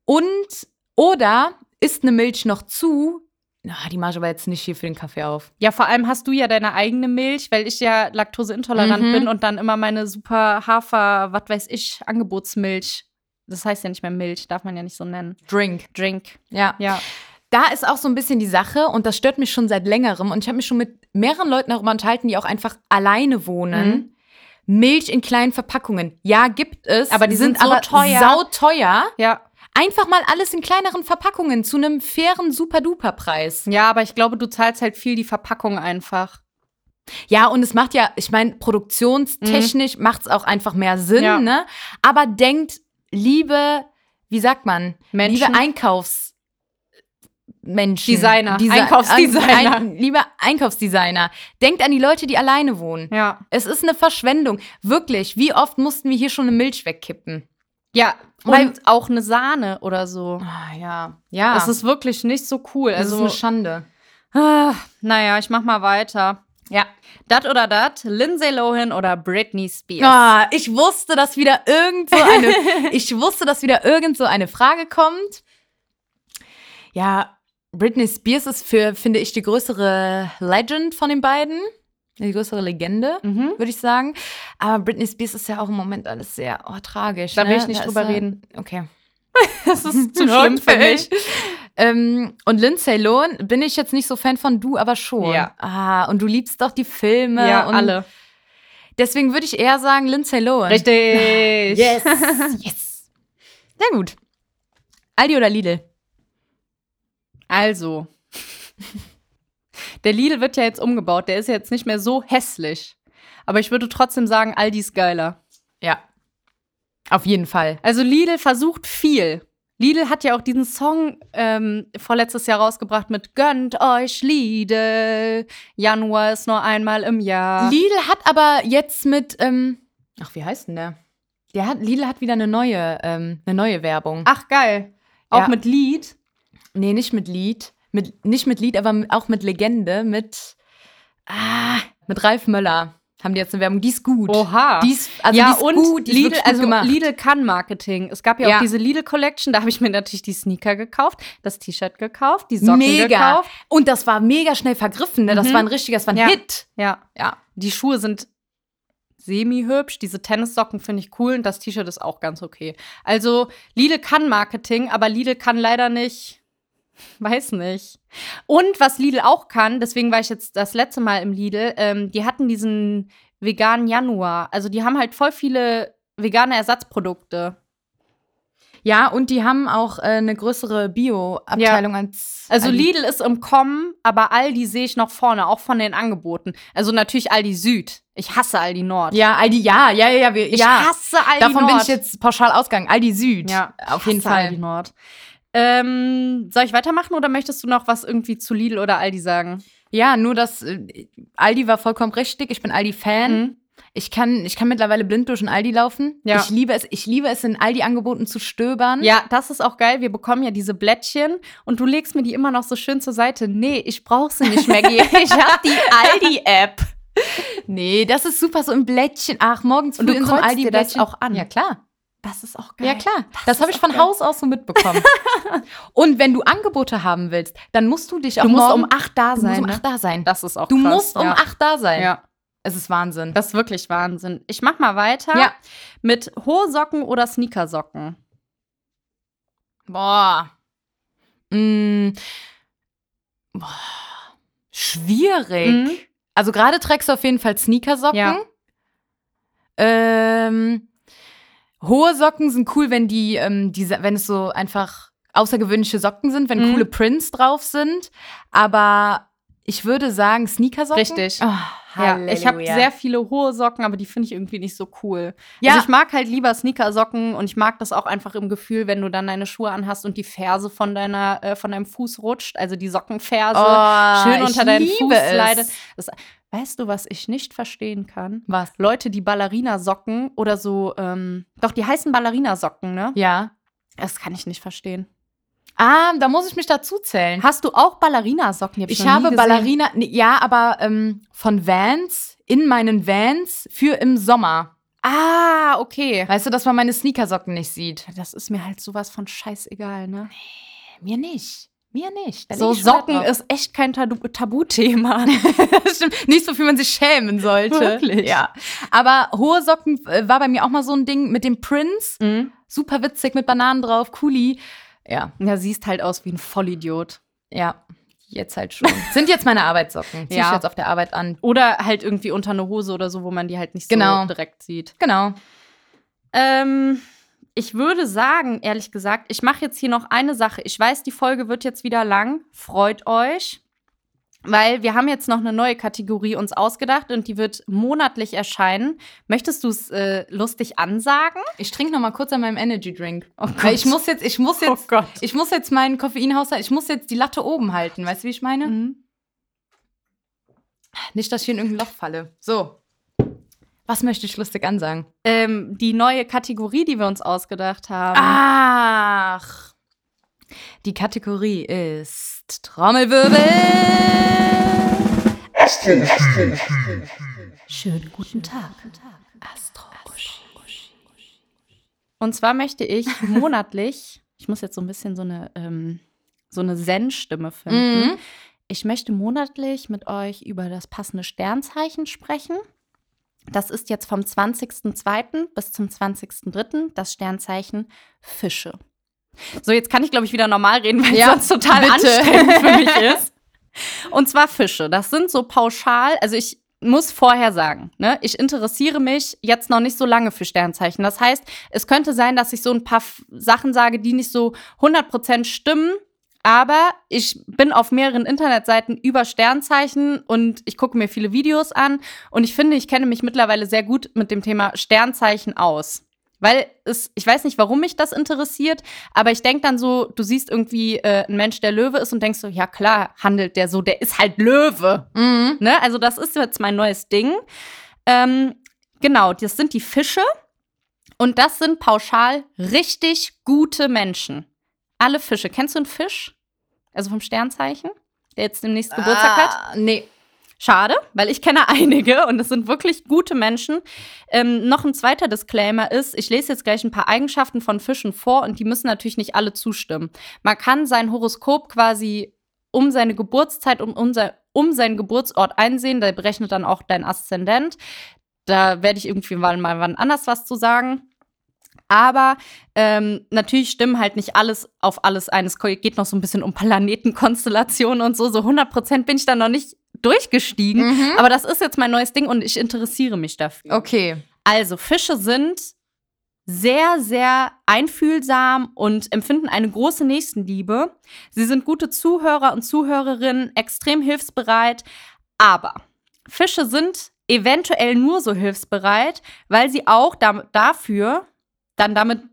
Speaker 2: Und oder ist eine Milch noch zu? Na, die mache ich aber jetzt nicht hier für den Kaffee auf.
Speaker 1: Ja, vor allem hast du ja deine eigene Milch, weil ich ja laktoseintolerant
Speaker 2: Mhm.
Speaker 1: bin und dann immer meine super Hafer, was weiß ich, Angebotsmilch. Das heißt ja nicht mehr Milch, darf man ja nicht so nennen.
Speaker 2: Drink.
Speaker 1: Drink.
Speaker 2: Ja.
Speaker 1: Ja.
Speaker 2: Da ist auch so ein bisschen die Sache und das stört mich schon seit längerem und ich habe mich schon mit mehreren Leuten darüber unterhalten, die auch einfach alleine wohnen. Milch in kleinen Verpackungen. Ja, gibt es.
Speaker 1: Mhm. Aber die sind so
Speaker 2: aber
Speaker 1: teuer.
Speaker 2: sauteuer.
Speaker 1: Ja.
Speaker 2: Einfach mal alles in kleineren Verpackungen zu einem fairen Super-Duper-Preis.
Speaker 1: Ja, aber ich glaube, du zahlst halt viel die Verpackung einfach.
Speaker 2: Ja, und es macht ja, ich meine, produktionstechnisch macht es auch einfach mehr Sinn,
Speaker 1: Mhm. Ja.
Speaker 2: ne? Aber denkt, liebe, wie sagt man,
Speaker 1: Menschen.
Speaker 2: liebe Einkaufs. Menschen.
Speaker 1: Designer.
Speaker 2: Desi-
Speaker 1: Einkaufsdesigner.
Speaker 2: Ein, lieber Einkaufsdesigner. Denkt an die Leute, die alleine wohnen.
Speaker 1: Ja.
Speaker 2: Es ist eine Verschwendung. Wirklich, wie oft mussten wir hier schon eine Milch wegkippen?
Speaker 1: Ja, und
Speaker 2: Weil-
Speaker 1: auch eine Sahne oder so.
Speaker 2: Ah, ja. Ja.
Speaker 1: Das ist wirklich nicht so cool.
Speaker 2: das ist
Speaker 1: Also,
Speaker 2: eine Schande.
Speaker 1: ah, naja, ich mach mal weiter. Ja, dat oder dat, Lindsay Lohan oder Britney Spears.
Speaker 2: Ah, ich wusste, dass wieder irgend so eine, ich wusste, dass wieder irgend so eine Frage kommt. Ja, Britney Spears ist für, finde ich, die größere Legend von den beiden. Die größere Legende,
Speaker 1: Mhm.
Speaker 2: würde ich sagen. Aber Britney Spears ist ja auch im Moment alles sehr oh, tragisch.
Speaker 1: Da
Speaker 2: ne?
Speaker 1: will ich nicht
Speaker 2: ist
Speaker 1: drüber
Speaker 2: ja-
Speaker 1: reden.
Speaker 2: Okay.
Speaker 1: Das ist
Speaker 2: Okay. Ähm, und Lindsay Lohan bin ich jetzt nicht so Fan von, du aber schon.
Speaker 1: Ja.
Speaker 2: Ah, und du liebst doch die Filme.
Speaker 1: Ja,
Speaker 2: Ne, und
Speaker 1: alle.
Speaker 2: Deswegen würde ich eher sagen Lindsay Lohan.
Speaker 1: Richtig.
Speaker 2: yes. Sehr gut. Aldi oder Lidl?
Speaker 1: Also, der Lidl wird ja jetzt umgebaut. Der ist ja jetzt nicht mehr so hässlich. Aber ich würde trotzdem sagen, Aldi ist geiler.
Speaker 2: Ja. Auf jeden Fall.
Speaker 1: Also Lidl versucht viel. Lidl hat ja auch diesen Song ähm, vorletztes Jahr rausgebracht mit Gönnt euch Lidl. Januar ist nur einmal im Jahr.
Speaker 2: Lidl hat aber jetzt mit, ähm, ach, wie heißt denn der? Der hat, Lidl hat wieder eine neue, ähm, eine neue Werbung.
Speaker 1: Ach geil. Auch
Speaker 2: Ja.
Speaker 1: mit Lied.
Speaker 2: nee, nicht mit Lied. Mit, nicht mit Lied, aber m- auch mit Legende, mit, ah, mit Ralf Möller haben die jetzt eine Werbung. Die ist gut.
Speaker 1: Oha.
Speaker 2: Die ist, also
Speaker 1: ja,
Speaker 2: die ist
Speaker 1: und
Speaker 2: gut, die ist
Speaker 1: Lidl,
Speaker 2: wirklich gut
Speaker 1: also
Speaker 2: gemacht.
Speaker 1: Lidl kann Marketing. Es gab ja,
Speaker 2: Ja.
Speaker 1: auch diese Lidl Collection, da habe ich mir natürlich die Sneaker gekauft, das T-Shirt gekauft, die Socken
Speaker 2: mega.
Speaker 1: gekauft.
Speaker 2: Und das war mega schnell vergriffen. Ne? Das
Speaker 1: Mhm.
Speaker 2: war ein richtiger, das war ein
Speaker 1: Ja.
Speaker 2: Hit.
Speaker 1: Ja,
Speaker 2: Ja.
Speaker 1: die Schuhe sind semi-hübsch, diese Tennissocken finde ich cool und das T-Shirt ist auch ganz okay. Also Lidl kann Marketing, aber Lidl kann leider nicht, weiß nicht. Und was Lidl auch kann, deswegen war ich jetzt das letzte Mal im Lidl, ähm, die hatten diesen veganen Januar. Also die haben halt voll viele vegane Ersatzprodukte.
Speaker 2: Ja, und die haben auch äh, eine größere Bio-Abteilung als.
Speaker 1: Also
Speaker 2: Aldi.
Speaker 1: Lidl ist im Kommen, aber Aldi sehe ich noch vorne, auch von den Angeboten. Also natürlich Aldi Süd. Ich hasse Aldi Nord.
Speaker 2: Ja, Aldi, ja, ja, ja, ja. Wir,
Speaker 1: Ich
Speaker 2: ja.
Speaker 1: hasse Aldi
Speaker 2: Davon
Speaker 1: Nord.
Speaker 2: bin ich jetzt pauschal ausgegangen. Aldi Süd.
Speaker 1: Ja,
Speaker 2: auf jeden
Speaker 1: hasse Aldi
Speaker 2: Fall.
Speaker 1: Nord. Ähm, soll ich weitermachen oder möchtest du noch was irgendwie zu Lidl oder Aldi sagen?
Speaker 2: Ja, nur dass äh, Aldi war vollkommen richtig. Ich bin Aldi-Fan.
Speaker 1: Mhm.
Speaker 2: Ich, kann, ich kann mittlerweile blind durch ein Aldi laufen.
Speaker 1: Ja.
Speaker 2: Ich liebe es, ich liebe es, in Aldi-Angeboten zu stöbern.
Speaker 1: Ja, das ist auch geil. Wir bekommen ja diese Blättchen und du legst mir die immer noch so schön zur Seite. Nee, ich brauch sie nicht, Maggie. ich hab die Aldi-App.
Speaker 2: Nee, das ist super, so im Blättchen. Ach, morgens früh
Speaker 1: Und du
Speaker 2: in so einem
Speaker 1: kreuzt dir das
Speaker 2: Aldi-Blättchen.
Speaker 1: auch an.
Speaker 2: Ja, klar.
Speaker 1: Das ist auch
Speaker 2: Ja, klar. Das, habe
Speaker 1: ist
Speaker 2: ich von
Speaker 1: auch geil.
Speaker 2: Haus aus so mitbekommen. und wenn du Angebote haben willst, dann musst du dich auch
Speaker 1: Du musst
Speaker 2: morgen,
Speaker 1: um 8 da
Speaker 2: du musst
Speaker 1: sein.
Speaker 2: um
Speaker 1: ne?
Speaker 2: acht da sein.
Speaker 1: Das ist auch
Speaker 2: Du
Speaker 1: krass.
Speaker 2: musst um
Speaker 1: ja.
Speaker 2: 8 da sein.
Speaker 1: Ja.
Speaker 2: Es ist Wahnsinn.
Speaker 1: Das ist wirklich Wahnsinn. Ich mach mal weiter
Speaker 2: Ja.
Speaker 1: mit hohe Socken oder Sneakersocken.
Speaker 2: Boah. Mm. Boah. Schwierig.
Speaker 1: Mhm.
Speaker 2: Also gerade trägst du auf jeden Fall Sneakersocken.
Speaker 1: Ja.
Speaker 2: Ähm, hohe Socken sind cool, wenn die, ähm, diese, wenn es so einfach außergewöhnliche Socken sind, wenn
Speaker 1: Mhm.
Speaker 2: coole Prints drauf sind. Aber ich würde sagen Sneakersocken.
Speaker 1: Richtig.
Speaker 2: Oh,
Speaker 1: Ja, ich habe
Speaker 2: Halleluja.
Speaker 1: sehr viele hohe Socken, aber die finde ich irgendwie nicht so cool.
Speaker 2: Ja.
Speaker 1: Also ich mag halt lieber Sneakersocken und ich mag das auch einfach im Gefühl, wenn du dann deine Schuhe anhast und die Ferse von deiner äh, von deinem Fuß rutscht, also die Sockenferse
Speaker 2: oh,
Speaker 1: schön unter
Speaker 2: ich
Speaker 1: deinen
Speaker 2: liebe
Speaker 1: Fuß
Speaker 2: es.
Speaker 1: leidet. Das, weißt du, was ich nicht verstehen kann?
Speaker 2: Was?
Speaker 1: Leute, die Ballerinasocken oder so, ähm, doch die heißen Ballerinasocken, ne?
Speaker 2: Ja.
Speaker 1: Das kann ich nicht verstehen.
Speaker 2: Ah, da muss ich mich dazu zählen.
Speaker 1: Hast du auch Ballerinasocken? Die hab
Speaker 2: Ich
Speaker 1: noch nie
Speaker 2: habe
Speaker 1: gesehen.
Speaker 2: Ballerina, nee, ja, aber ähm, von Vans in meinen Vans für im Sommer.
Speaker 1: Ah, okay.
Speaker 2: Weißt du, dass man meine Sneakersocken nicht sieht?
Speaker 1: Das ist mir halt sowas von scheißegal, ne?
Speaker 2: Mir nicht. Mir nicht. Da
Speaker 1: So
Speaker 2: leg ich schon Wert
Speaker 1: Socken
Speaker 2: drauf.
Speaker 1: ist echt kein Tabu- Tabuthema.
Speaker 2: Stimmt. Nicht so viel man sich schämen sollte.
Speaker 1: Wirklich?
Speaker 2: Ja. Aber hohe Socken äh, war bei mir auch mal so ein Ding mit dem Prinz.
Speaker 1: Mhm.
Speaker 2: Super witzig mit Bananen drauf, Kuli. Ja,
Speaker 1: Ja, siehst halt aus wie ein Vollidiot.
Speaker 2: ja. Jetzt halt schon. Sind jetzt meine Arbeitssocken. Zieh ich
Speaker 1: Ja.
Speaker 2: jetzt auf der Arbeit an.
Speaker 1: Oder halt irgendwie unter eine Hose oder so, wo man die halt nicht
Speaker 2: Genau.
Speaker 1: so direkt sieht.
Speaker 2: Genau.
Speaker 1: Ähm, ich würde sagen, ehrlich gesagt, ich mache jetzt hier noch eine Sache. Ich weiß, die Folge wird jetzt wieder lang. Freut euch. Weil wir haben jetzt noch eine neue Kategorie uns ausgedacht und die wird monatlich erscheinen. Möchtest du es äh, lustig ansagen?
Speaker 2: Ich trinke noch mal kurz an meinem Energy Drink.
Speaker 1: Oh
Speaker 2: Weil ich muss jetzt, ich muss jetzt,
Speaker 1: Gott.
Speaker 2: ich muss jetzt meinen Koffeinhaushalt, ich muss jetzt die Latte oben halten. Weißt du, wie ich meine? Nicht, dass ich hier in irgendein Loch falle. So. Was möchte ich lustig ansagen?
Speaker 1: Ähm, die neue Kategorie, die wir uns ausgedacht haben.
Speaker 2: Ah. Ach. Die Kategorie ist Trommelwirbel.
Speaker 1: Schönen guten Tag. Und zwar möchte ich monatlich, ich muss jetzt so ein bisschen so eine, ähm, so eine Zen-Stimme finden.
Speaker 2: Mhm.
Speaker 1: Ich möchte monatlich mit euch über das passende Sternzeichen sprechen. Das ist jetzt vom 20.02. bis zum 20.03. das Sternzeichen Fische. So, jetzt kann ich, glaube ich, wieder normal reden, weil
Speaker 2: Ja,
Speaker 1: es sonst total
Speaker 2: bitte.
Speaker 1: anstrengend für mich ist. Und zwar Fische. Das sind so pauschal, also ich muss vorher sagen, ne, ich interessiere mich jetzt noch nicht so lange für Sternzeichen. Das heißt, es könnte sein, dass ich so ein paar F- Sachen sage, die nicht so 100% stimmen. Aber ich bin auf mehreren Internetseiten über Sternzeichen und ich gucke mir viele Videos an. Und ich finde, ich kenne mich mittlerweile sehr gut mit dem Thema Sternzeichen aus. Weil es, ich weiß nicht, warum mich das interessiert, aber ich denke dann so, du siehst irgendwie äh, einen Mensch, der Löwe ist und denkst so, ja klar, handelt der so, der ist halt Löwe.
Speaker 2: Mhm.
Speaker 1: Ne? Also das ist jetzt mein neues Ding. Ähm, genau, das sind die Fische und das sind pauschal richtig gute Menschen. Alle Fische. Kennst du einen Fisch? Also vom Sternzeichen, der jetzt demnächst Geburtstag hat?
Speaker 2: Ah, nee.
Speaker 1: Schade, weil ich kenne einige und es sind wirklich gute Menschen. Ähm, noch ein zweiter Disclaimer ist, ich lese jetzt gleich ein paar Eigenschaften von Fischen vor und die müssen natürlich nicht alle zustimmen. Man kann sein Horoskop quasi um seine Geburtszeit und um, sein, um seinen Geburtsort einsehen. Da berechnet dann auch dein Aszendent. Da werde ich irgendwie mal, mal wann anders was zu sagen. Aber ähm, natürlich stimmen halt nicht alles auf alles ein. Es geht noch so ein bisschen um Planetenkonstellationen und so. So 100% bin ich da noch nicht durchgestiegen.
Speaker 2: Mhm.
Speaker 1: Aber das ist jetzt mein neues Ding und ich interessiere mich dafür.
Speaker 2: Okay.
Speaker 1: Also, Fische sind sehr, sehr einfühlsam und empfinden eine große Nächstenliebe. Sie sind gute Zuhörer und Zuhörerinnen, extrem hilfsbereit. Aber Fische sind eventuell nur so hilfsbereit, weil sie auch dam- dafür, dann damit,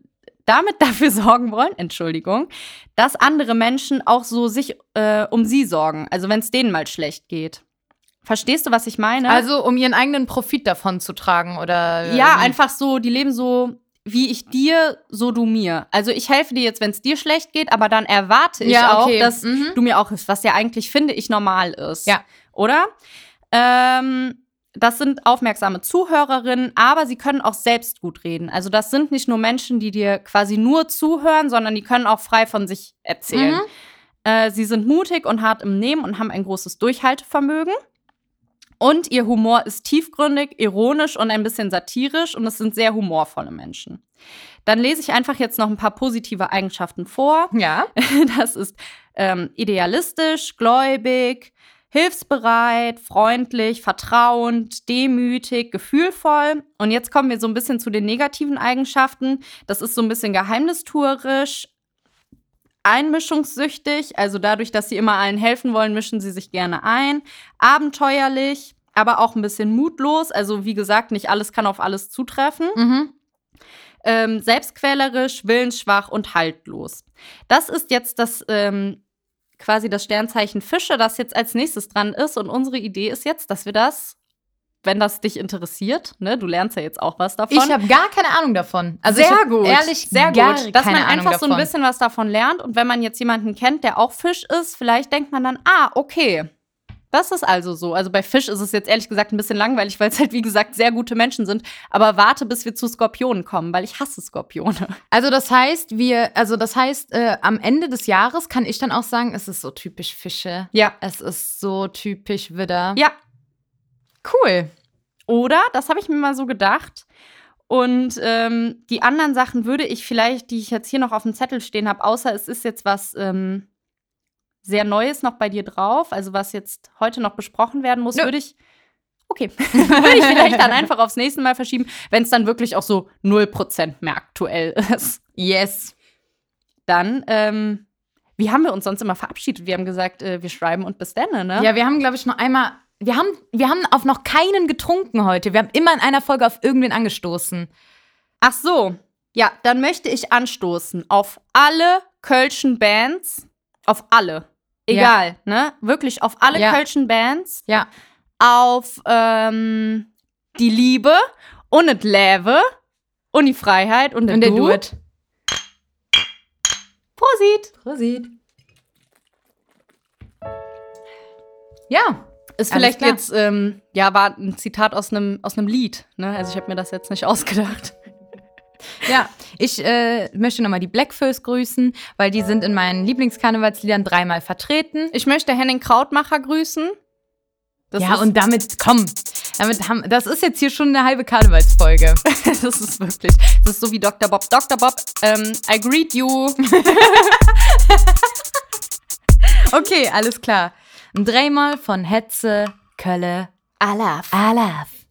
Speaker 1: damit dafür sorgen wollen, Entschuldigung, dass andere Menschen auch so sich äh, um sie sorgen. Also, wenn es denen mal schlecht geht. Verstehst du, was ich meine?
Speaker 2: Also, um ihren eigenen Profit davon zu tragen oder.
Speaker 1: Ja,
Speaker 2: ähm,
Speaker 1: einfach so, die leben so, wie ich dir, so du mir. Also ich helfe dir jetzt, wenn es dir schlecht geht, aber dann erwarte ich
Speaker 2: Ja,
Speaker 1: auch,
Speaker 2: okay.
Speaker 1: dass
Speaker 2: Mhm.
Speaker 1: du mir auch hilfst, was ja eigentlich, finde ich, normal ist.
Speaker 2: Ja.
Speaker 1: Oder? Ähm, das sind aufmerksame Zuhörerinnen, aber sie können auch selbst gut reden. Also das sind nicht nur Menschen, die dir quasi nur zuhören, sondern die können auch frei von sich erzählen.
Speaker 2: Mhm.
Speaker 1: Äh, sie sind mutig und hart im Nehmen und haben ein großes Durchhaltevermögen. Und ihr Humor ist tiefgründig, ironisch und ein bisschen satirisch und es sind sehr humorvolle Menschen. Dann lese ich einfach jetzt noch ein paar positive Eigenschaften vor.
Speaker 2: Ja.
Speaker 1: Das ist ähm, idealistisch, gläubig, hilfsbereit, freundlich, vertrauend, demütig, gefühlvoll. Und jetzt kommen wir so ein bisschen zu den negativen Eigenschaften. Das ist so ein bisschen geheimnistuerisch, einmischungssüchtig. Also dadurch, dass sie immer allen helfen wollen, mischen sie sich gerne ein. Abenteuerlich, aber auch ein bisschen mutlos. Also wie gesagt, nicht alles kann auf alles zutreffen
Speaker 2: Mhm.
Speaker 1: ähm, selbstquälerisch, willensschwach und haltlos. Das ist jetzt das ähm, quasi das Sternzeichen Fische, das jetzt als nächstes dran ist. Und unsere Idee ist jetzt, dass wir das, wenn das dich interessiert, ne, du lernst ja jetzt auch was davon.
Speaker 2: Ich habe gar keine Ahnung davon. Also ich hab Ehrlich,
Speaker 1: sehr
Speaker 2: gar
Speaker 1: gut, dass
Speaker 2: keine
Speaker 1: man
Speaker 2: Ahnung
Speaker 1: einfach so ein
Speaker 2: davon.
Speaker 1: bisschen was davon lernt. Und wenn man jetzt jemanden kennt, der auch Fisch ist, vielleicht denkt man dann, ah, okay. Das ist also so. Also bei Fisch ist es jetzt ehrlich gesagt ein bisschen langweilig, weil es halt, wie gesagt, sehr gute Menschen sind. Aber warte, bis wir zu Skorpionen kommen, weil ich hasse Skorpione.
Speaker 2: Also das heißt, wir, also das heißt, äh, am Ende des Jahres kann ich dann auch sagen, es ist so typisch Fische.
Speaker 1: Ja.
Speaker 2: Es ist so typisch Widder.
Speaker 1: Ja,
Speaker 2: Cool.
Speaker 1: oder? Das habe ich mir mal so gedacht. Und ähm, die anderen Sachen würde ich vielleicht, die ich jetzt hier noch auf dem Zettel stehen habe, außer es ist jetzt was ähm, sehr Neues noch bei dir drauf, also was jetzt heute noch besprochen werden muss,
Speaker 2: Nö.
Speaker 1: würde ich. Okay, würde ich vielleicht dann einfach aufs nächste Mal verschieben, wenn es dann wirklich auch so 0% mehr aktuell ist.
Speaker 2: Yes.
Speaker 1: Dann, ähm, wie haben wir uns sonst immer verabschiedet? Wir haben gesagt, äh, wir schreiben und bis dann, ne?
Speaker 2: Ja, wir haben, glaube ich, noch einmal. Wir haben, wir haben auf noch keinen getrunken heute. Wir haben immer in einer Folge auf irgendwen angestoßen.
Speaker 1: Ach so. Ja, dann möchte ich anstoßen auf alle Kölschen Bands. Auf alle. Egal, ne? Wirklich auf alle
Speaker 2: Ja.
Speaker 1: Kölschen Bands.
Speaker 2: Ja.
Speaker 1: Auf ähm, die Liebe und das Leben und die Freiheit und,
Speaker 2: Und der
Speaker 1: Du.
Speaker 2: Duet.
Speaker 1: Prosit.
Speaker 2: Prosit. Ja,
Speaker 1: Ist
Speaker 2: Alles
Speaker 1: vielleicht
Speaker 2: klar.
Speaker 1: jetzt, ähm, ja, war ein Zitat aus einem aus einem Lied. Ne? Also ich habe mir das jetzt nicht ausgedacht.
Speaker 2: ja. Ich äh, möchte nochmal die Blackfills grüßen, weil die sind in meinen Lieblingskarnevalsliedern dreimal vertreten.
Speaker 1: Ich möchte Henning Krautmacher grüßen. Das
Speaker 2: ja,
Speaker 1: ist-
Speaker 2: und damit, komm, damit haben, das ist jetzt hier schon eine halbe Karnevalsfolge.
Speaker 1: das ist wirklich, das ist so wie Dr. Bob. Dr. Bob, ähm, I greet you.
Speaker 2: Okay, alles klar. Dreimal von Hetze, Kölle,
Speaker 1: Alaf.
Speaker 2: Alaf.